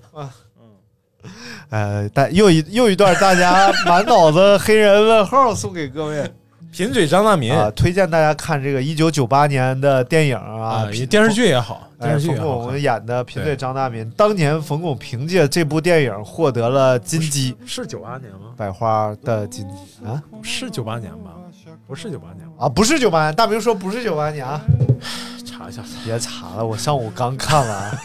Speaker 2: 呃，但又一又一段大家满脑子黑人问 号送给各位
Speaker 3: 贫嘴张大民
Speaker 2: 啊，推荐大家看这个一九九八年的电影啊
Speaker 3: 啊，，电视剧也好，
Speaker 2: 哎。
Speaker 3: 电视剧
Speaker 2: 冯
Speaker 3: 也好
Speaker 2: 巩
Speaker 3: 看，
Speaker 2: 演的《贫
Speaker 3: 对
Speaker 2: 嘴张大民》，当年冯巩凭借这部电影获得了金鸡
Speaker 3: 是九八年吗？
Speaker 2: 百花的金鸡啊
Speaker 3: 是九八年吧？不是九八年吧，
Speaker 2: 啊，不是九八年，大明说不是九八年啊，
Speaker 3: 查一下。
Speaker 2: 别查了，我上午刚看完。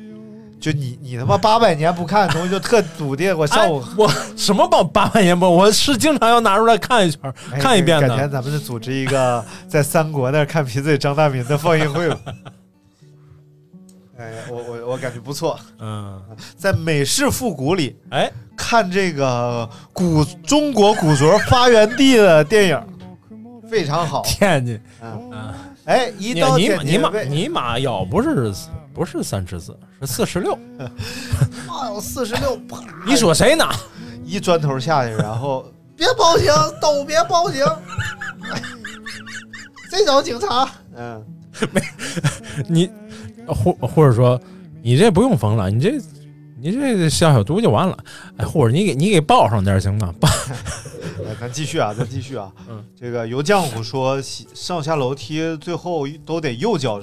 Speaker 2: 就你你他妈八百年不看的东西就特笃定，我上午、
Speaker 3: 哎我什么八八万言不？我是经常要拿出来看一圈儿，
Speaker 2: 哎
Speaker 3: 看一遍
Speaker 2: 改天
Speaker 3: 的。
Speaker 2: 咱们就组织一个在三国那儿看贫嘴张大民的放映会吧。 哎呀，我我我感觉不错，
Speaker 3: 嗯，
Speaker 2: 在美式复古里
Speaker 3: 哎，
Speaker 2: 看这个古中国古着发源地的电影， 非常好。
Speaker 3: 天津，
Speaker 2: 哎，一
Speaker 3: 你
Speaker 2: 刀
Speaker 3: 你
Speaker 2: 剪
Speaker 3: 马你马
Speaker 2: 位
Speaker 3: 你马咬不是不是三十四，是四十六。
Speaker 2: 妈有哦四十六，啪，
Speaker 3: 你说谁呢？
Speaker 2: 一砖头下去，然 后
Speaker 11: 别报警，都别报 警，这找警察。
Speaker 2: 嗯，
Speaker 3: 你或或者说你这不用封了，你这你这小小毒就完了。哎，或者你给你给报上点儿行吗？报
Speaker 2: 来咱继续啊，咱继续啊。
Speaker 3: 嗯
Speaker 2: 这个油浆糊说洗上下楼梯最后都得右脚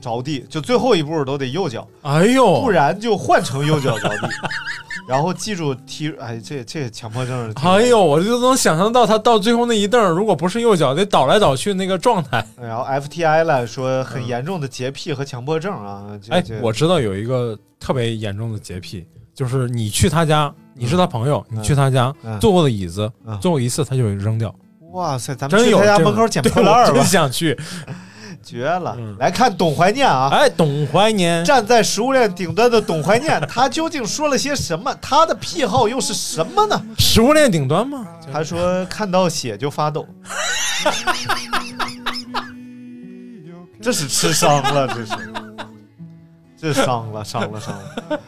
Speaker 2: 着地，就最后一步都得右脚。
Speaker 3: 哎呦，
Speaker 2: 不然就换成右脚着地， 然后记住踢。哎，这这强迫 症，
Speaker 3: 哎呦，，我就能想象到他到最后那一蹬儿，如果不是右脚，得倒来倒去那个状态。
Speaker 2: 然后 FTI 来说很严重的洁癖和强迫症啊。这
Speaker 3: 哎
Speaker 2: 这，
Speaker 3: 我知道有一个特别严重的洁癖，就是你去他家，你是他朋友，
Speaker 2: 嗯
Speaker 3: 你去他家、
Speaker 2: 嗯
Speaker 3: 坐过的椅子，
Speaker 2: 嗯
Speaker 3: 坐过一次他就扔掉。
Speaker 2: 哇塞，咱们
Speaker 3: 真
Speaker 2: 去
Speaker 3: 有
Speaker 2: 他家
Speaker 3: 这种
Speaker 2: 门口捡
Speaker 3: 对
Speaker 2: 破烂
Speaker 3: 我
Speaker 2: 儿吧
Speaker 3: 真，想去。
Speaker 2: 绝了！
Speaker 3: 嗯
Speaker 2: 来看董怀念啊。
Speaker 3: 哎，董怀年，
Speaker 2: 站在食物链顶端的董怀念，他究竟说了些什么？他的癖好又是什么呢？
Speaker 3: 食物链顶端吗？
Speaker 2: 他说看到血就发抖，这是吃伤了，这是，这伤了，伤了，伤了。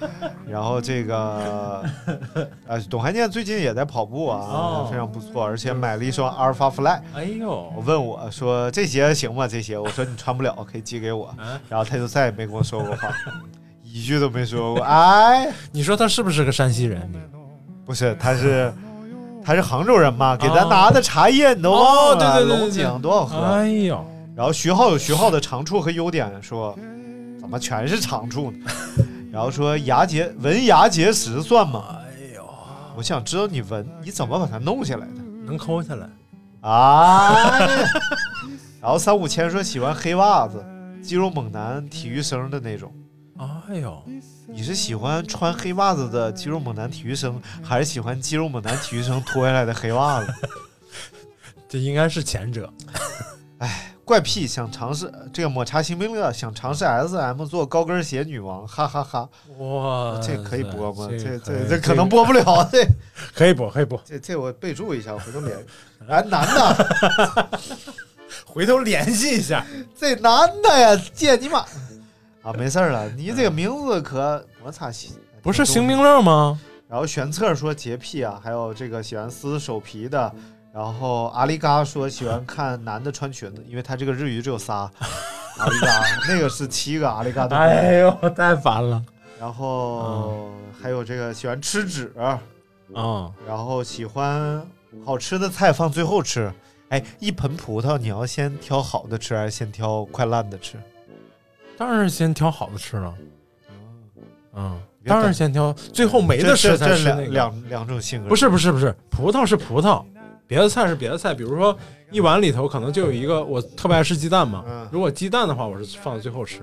Speaker 2: 然后这个，呃，董涵念最近也在跑步啊，
Speaker 3: 哦
Speaker 2: 非常不错，而且买了一双阿尔法 Fly。
Speaker 3: 哎呦
Speaker 2: 我，问我说这鞋行吗？这鞋我说你穿不了，可以寄给我。
Speaker 3: 哎，
Speaker 2: 然后他就再也没跟我说过话，一句都没说过。哎，
Speaker 3: 你说他是不是个山西人？
Speaker 2: 不是，他是他是杭州人嘛，给咱拿的茶叶你都忘了，
Speaker 3: 哦对对对对
Speaker 2: 龙井多好喝。
Speaker 3: 哎呦，
Speaker 2: 然后徐浩有徐浩的长处和优点，说怎么全是长处呢？ 然后说牙结纹牙结石算吗？哎呦，我想知道你纹你怎么把它弄下来的
Speaker 3: 能抠下来，
Speaker 2: 啊？ 然后三五千说喜欢黑袜子，肌肉猛男、体育生的那种。
Speaker 3: 哎呦，
Speaker 2: 你是喜欢穿黑袜子的肌肉猛男体育生，还是喜欢肌肉猛男体育生脱下来的黑袜子？
Speaker 3: 这应该是前者。
Speaker 2: 怪癖想尝试这个抹茶星冰乐，想尝试 S M 做高跟鞋女王，哈哈哈
Speaker 3: 哇塞，
Speaker 2: 这可以播吗？这
Speaker 3: 啊可以
Speaker 2: 这这可能播不了， 这
Speaker 3: 可以播，可以播。
Speaker 2: 这这我备注一下，回头 联系。哎，男的，
Speaker 3: 回头联系一下。
Speaker 2: 这男的呀，借你妈啊，没事儿了，你这个名字可我操，
Speaker 3: 嗯不是星冰乐吗？
Speaker 2: 然后玄策说洁癖啊，还有这个喜欢撕手皮的，然后阿里嘎说喜欢看男的穿裙子，因为他这个日语只有仨，阿里 嘎那个是七个阿里嘎的，
Speaker 3: 哎呦，太烦了。
Speaker 2: 然后还有这个喜欢吃纸，
Speaker 3: 嗯，
Speaker 2: 然后喜欢好吃的菜放最后吃。哎，一盆葡萄你要先挑好的吃，还是先挑快烂的吃？
Speaker 3: 当然是先挑好的吃了。嗯，当然先挑，最后没得吃才
Speaker 2: 这
Speaker 3: 是
Speaker 2: 这
Speaker 3: 那个。
Speaker 2: 两两两种性格。
Speaker 3: 不是不是不是，葡萄是葡萄，别的菜是别的菜。比如说一碗里头可能就有一个，我特别爱吃鸡蛋嘛。
Speaker 2: 嗯
Speaker 3: 如果鸡蛋的话，我是放到最后吃。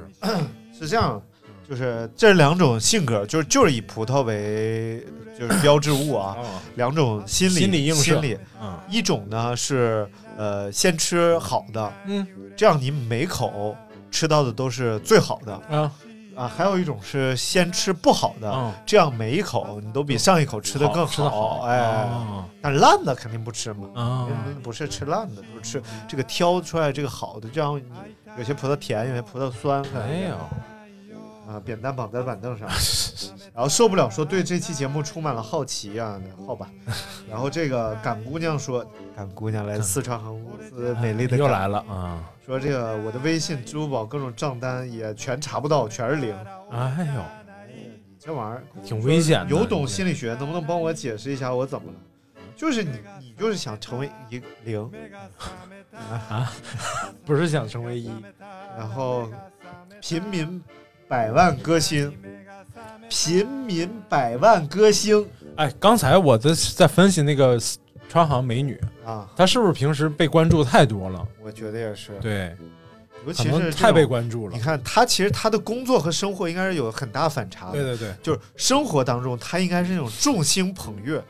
Speaker 2: 是这样，就是这两种性格，就是就是以葡萄为就是标志物啊，两种心理
Speaker 3: 嗯心理映射
Speaker 2: 心理
Speaker 3: 嗯
Speaker 2: 一种呢是呃先吃好的，
Speaker 3: 嗯，
Speaker 2: 这样你每口吃到的都是最好的
Speaker 3: 啊。
Speaker 2: 啊，还有一种是先吃不好的，这样每一口你都比上一口啊吃的更
Speaker 3: 好吃得好
Speaker 2: 哎，嗯
Speaker 3: 哦
Speaker 2: 但烂的肯定不吃嘛，
Speaker 3: 哦
Speaker 2: 不是吃烂的，就是吃这个挑出来这个好的，这样你有些葡萄甜，有些葡萄酸，
Speaker 3: 没有
Speaker 2: 啊，扁担绑在板凳 上，然后受不了说对这期节目充满了好奇啊，好 吧，然后这个赶姑娘说，赶姑娘来四川航空公司美丽的
Speaker 3: 又
Speaker 2: 赶
Speaker 3: 来了啊！
Speaker 2: 说这个我的微信、支付宝各种账单也全查不到，全是零。
Speaker 3: 哎呦，
Speaker 2: 这玩意儿
Speaker 3: 挺危险的
Speaker 2: 有懂心理学，能不能帮我解释一下我怎么了？就是你，你就是想成为一个零
Speaker 3: 啊，不是想成为一，
Speaker 2: 然后平民百万歌星，平民百万歌星
Speaker 3: 哎，刚才我在在分析那个川航美女
Speaker 2: 啊，
Speaker 3: 她是不是平时被关注太多了？
Speaker 2: 我觉得也是。
Speaker 3: 对，
Speaker 2: 尤其
Speaker 3: 可
Speaker 2: 是
Speaker 3: 能
Speaker 2: 这
Speaker 3: 太被
Speaker 2: 种
Speaker 3: 关注了
Speaker 2: 你看他，其实他的工作和生活应该是有很大反差的。
Speaker 3: 对对对
Speaker 2: 就是生活当中他应该是那种众星捧月，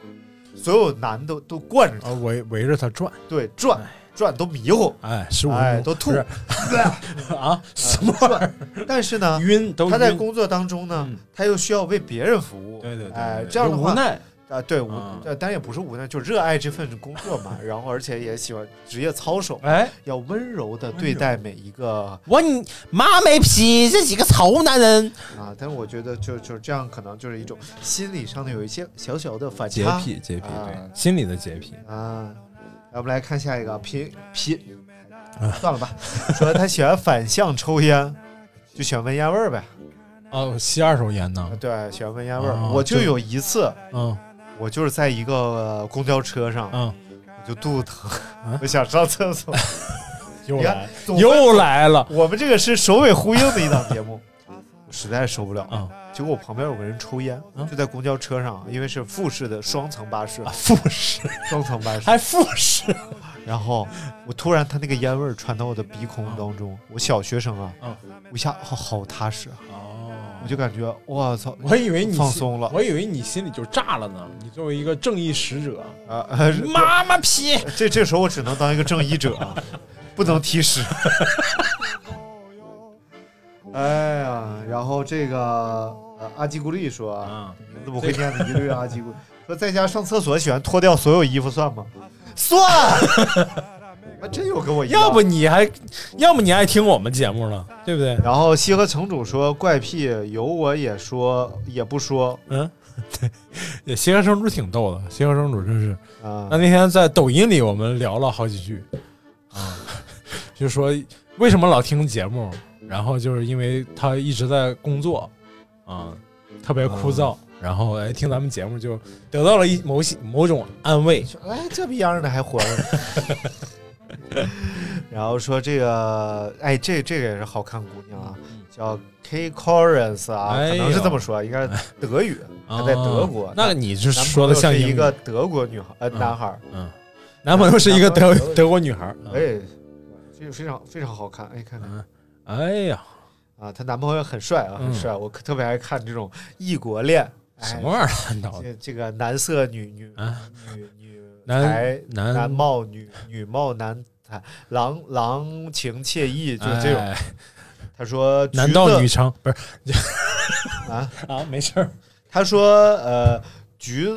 Speaker 2: 所有男的都惯着他，
Speaker 3: 啊围围着他转，
Speaker 2: 对转转都迷糊，
Speaker 3: 哎，十五
Speaker 2: 哎都 吐，
Speaker 3: 啊什么玩意儿？
Speaker 2: 但是 呢，
Speaker 3: 晕都
Speaker 2: 他在
Speaker 3: 晕
Speaker 2: 工作当中呢，他又需要为别人服务，
Speaker 3: 对对对
Speaker 2: 哎，
Speaker 3: 对
Speaker 2: 这样的话
Speaker 3: 有无奈嗯
Speaker 2: 啊，对无，呃当然也不是无奈，就热爱这份工作嘛，然后而且也喜欢职业操守，
Speaker 3: 哎，
Speaker 2: 要温柔的对待每一个
Speaker 12: 我你妈没批这几个臭男人，
Speaker 2: 啊，但我觉得就就这样，可能就是一种心理上的有一些小小的反
Speaker 3: 洁
Speaker 2: 差，
Speaker 3: 癖，洁癖，
Speaker 2: 啊
Speaker 3: 对，心理的洁癖。
Speaker 2: 啊，那我们来看下一个，贫贫
Speaker 3: 啊，
Speaker 2: 算了吧，说他喜欢反向抽烟，就喜欢闻烟味儿呗。
Speaker 3: 哦，吸二手烟呢？
Speaker 2: 对，喜欢闻烟味儿。
Speaker 3: 哦
Speaker 2: 我就
Speaker 3: 就
Speaker 2: 有一次，
Speaker 3: 嗯，
Speaker 2: 我就是在一个公交车上，
Speaker 3: 嗯，
Speaker 2: 我就肚子疼，
Speaker 3: 啊
Speaker 2: 我想上厕 所。
Speaker 3: 又
Speaker 2: 你看
Speaker 3: 来，
Speaker 2: 总
Speaker 3: 又来了。
Speaker 2: 我们这个是首尾呼应的一档节目， 我实在受不了
Speaker 3: 嗯
Speaker 2: 了。结果我旁边有个人抽烟，就在公交车上，因为是复式的双层巴士，
Speaker 3: 复式
Speaker 2: 双层巴士
Speaker 3: 还复式。
Speaker 2: 然后我突然他那个烟味儿传到我的鼻孔当
Speaker 3: 嗯
Speaker 2: 中，我小学生啊，我一下好好踏实啊，我就感觉我操，
Speaker 3: 哦我以为你
Speaker 2: 放松了，
Speaker 3: 我以为你心里就炸了呢。你作为一个正义使者，哎
Speaker 2: 啊， 呃
Speaker 3: 妈妈批！
Speaker 2: 这这时候我只能当一个正义者，啊不能提 屎。哎呀，然后这个、呃、阿基古丽说，啊，名字不会念的一律阿基古，说在家上厕所喜欢脱掉所有衣服算吗？ 算，还真有跟我一样。
Speaker 3: 要不你还，要不你还听我们节目呢，对不对？
Speaker 2: 然后西河城主说：“怪癖有我也说也不说，
Speaker 3: 嗯，对，协和生主挺逗的，协和生主真是
Speaker 2: 啊
Speaker 3: 那那天在抖音里我们聊了好几句，啊， 就说为什么老听节目，然后就是因为他一直在工作，啊，特别枯燥，然后哎听咱们节目就得到了一某些某种安慰，
Speaker 2: 哎，这逼样的还活着。 然后说这个，哎，这这个也是好看姑娘啊，叫 K Corins 啊，
Speaker 3: 嗯哎
Speaker 2: 可
Speaker 3: 呦
Speaker 2: 能是这么说，应该是德语，她在德国
Speaker 3: 哦。那你是说得像
Speaker 2: 男朋友
Speaker 3: 英
Speaker 2: 是
Speaker 3: 语
Speaker 2: 一个德国女孩，呃，男孩儿，
Speaker 3: 嗯，男朋友是一个德德国女孩，
Speaker 2: 哎，这个非常非常好看，哎，看看，
Speaker 3: 哎呀，
Speaker 2: 啊，她男朋友很帅啊，很
Speaker 3: 嗯
Speaker 2: 帅，我可特别爱看这种异国恋。哎
Speaker 3: 什么玩意儿啊闹的
Speaker 2: 这这个男色女女女女
Speaker 3: 男
Speaker 2: 才
Speaker 3: 男
Speaker 2: 男貌女女貌男才郎郎情妾意，就是这种
Speaker 3: 哎。
Speaker 2: 他说：“
Speaker 3: 男
Speaker 2: 橘
Speaker 3: 盗
Speaker 2: 子
Speaker 3: 女娼 不是
Speaker 2: 啊
Speaker 3: 啊，没事儿。”
Speaker 2: 他说：“呃，橘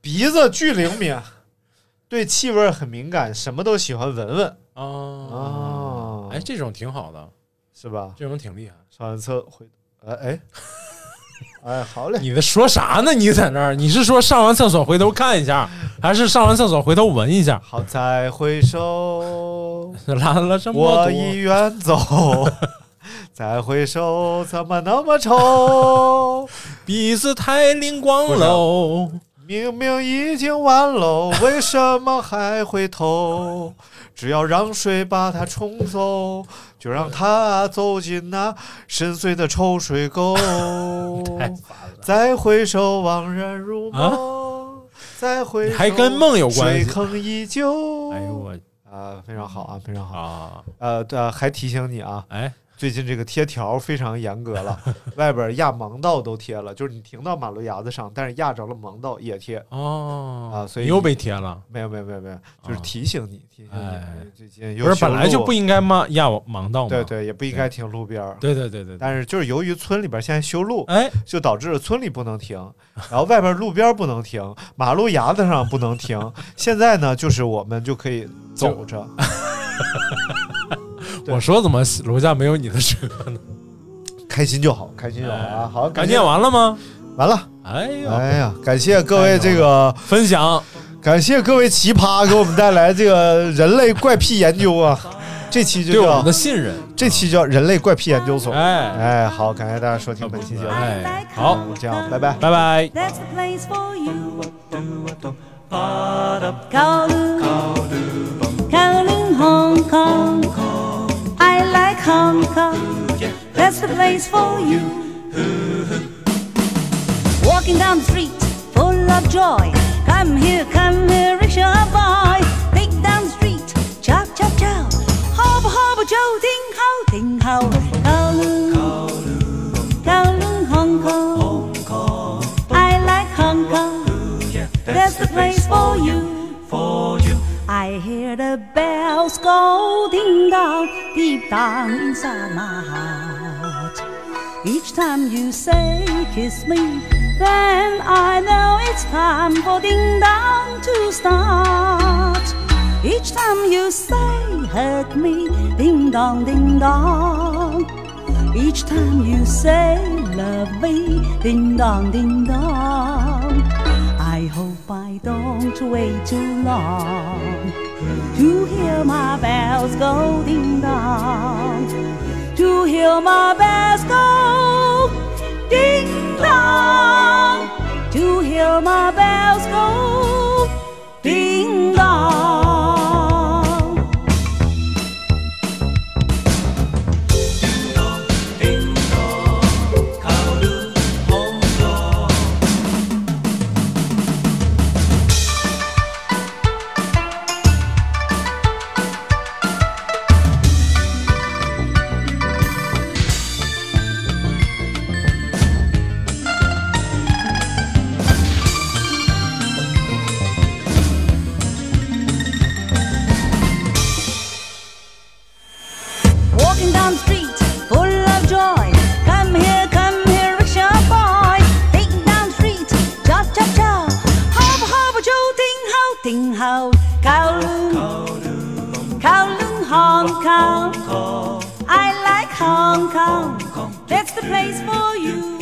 Speaker 2: 鼻子巨灵敏，对气味很敏感，什么都喜欢闻闻啊
Speaker 3: 哦，嗯哎，这种挺好的，
Speaker 2: 是吧？
Speaker 3: 这种挺厉害。
Speaker 2: 上完厕回，哎 哎，哎，好嘞。
Speaker 3: 你在说啥呢？你在那儿？你是说上完厕所回头看一下，还是上完厕所回头闻一下？
Speaker 2: 好再回首，
Speaker 3: 拉了这么多
Speaker 2: 我已远 走，再回首怎么那么丑？
Speaker 3: 鼻子太灵光
Speaker 2: 啊
Speaker 3: 喽，
Speaker 2: 明明已经完喽，为 什么还回头？只要让水把它冲走，就让他走进那深邃的臭水 沟，再回首惘然如梦，再回首
Speaker 3: 啊还跟梦有关系
Speaker 2: 水坑依旧。哎呦
Speaker 3: 我
Speaker 2: 啊，非常好啊，非常好啊。呃，对啊，还提醒你啊，
Speaker 3: 哎，
Speaker 2: 最近这个贴条非常严格 了，外边压盲道都贴了，就是你停到马路牙子上，但是压着了盲道也贴。
Speaker 3: 哦
Speaker 2: 啊，所以
Speaker 3: 你又被贴了。
Speaker 2: 没有没有没有
Speaker 3: 啊
Speaker 2: 没有，就是提醒你，提醒你最近有
Speaker 3: 哎不是
Speaker 2: 修
Speaker 3: 本来就
Speaker 2: 路
Speaker 3: 不应该吗？压我盲道吗？
Speaker 2: 对对，也不应该停路边儿。
Speaker 3: 对对对对对
Speaker 2: 但是就是由于村里边现在修路，
Speaker 3: 哎，
Speaker 2: 就导致村里不能停，然后外边路边不能停，马路牙子上不能停。 现在呢，就是我们就可以走着。
Speaker 3: 我说怎么楼下没有你 的车呢？
Speaker 2: 开心就好，开心就好啊！好，
Speaker 3: 哎感
Speaker 2: 感
Speaker 3: 谢完了吗？
Speaker 2: 完了。
Speaker 3: 哎呦
Speaker 2: 哎呀，感谢各位这个
Speaker 3: 分享，
Speaker 2: 感谢各位奇葩给我们带来这个人类怪癖研究啊！这期就叫
Speaker 3: 哎对我们的信任，
Speaker 2: 这期叫人类怪癖研究所。
Speaker 3: 哎
Speaker 2: 哎，好，感谢大家收听本期节目。
Speaker 3: 哎，好，
Speaker 2: 这样，拜拜，
Speaker 3: 拜拜。
Speaker 13: That's the place for you.
Speaker 14: Ba-dum,
Speaker 13: Kowloon. Kowloon, Hong Kong. I like Hong Kong. That's the place for you. Walking down the street, full of joy. Come here, come here, rickshaw boy. Take down the street, chop, chop, chop. Hobble, hobble, Joe, ding, ho, ding, ho. Kowloon. Kowloon, Hong Kong. I like Hong Kong. That's the place for you. For you. I hear the bells go ding dong deep down inside my heart. Each time you say kiss me, then I know it's time for ding dong to start. Each time you say hurt me, ding dong, ding dong. Each time you say love me, ding dong, ding dong. I hope I don't wait too long to hear my bells go ding dong, to hear my bells go ding dong, to hear my bells go ding dong. Walking down the street, full of joy. Come here, come here, rickshaw boy. Taking down the street, chop, chop, chop. Hop, hop, Joe, ding, ho, ding, ho. Kowloon, Kowloon, Hong Kong. I like Hong Kong. That's the place for you.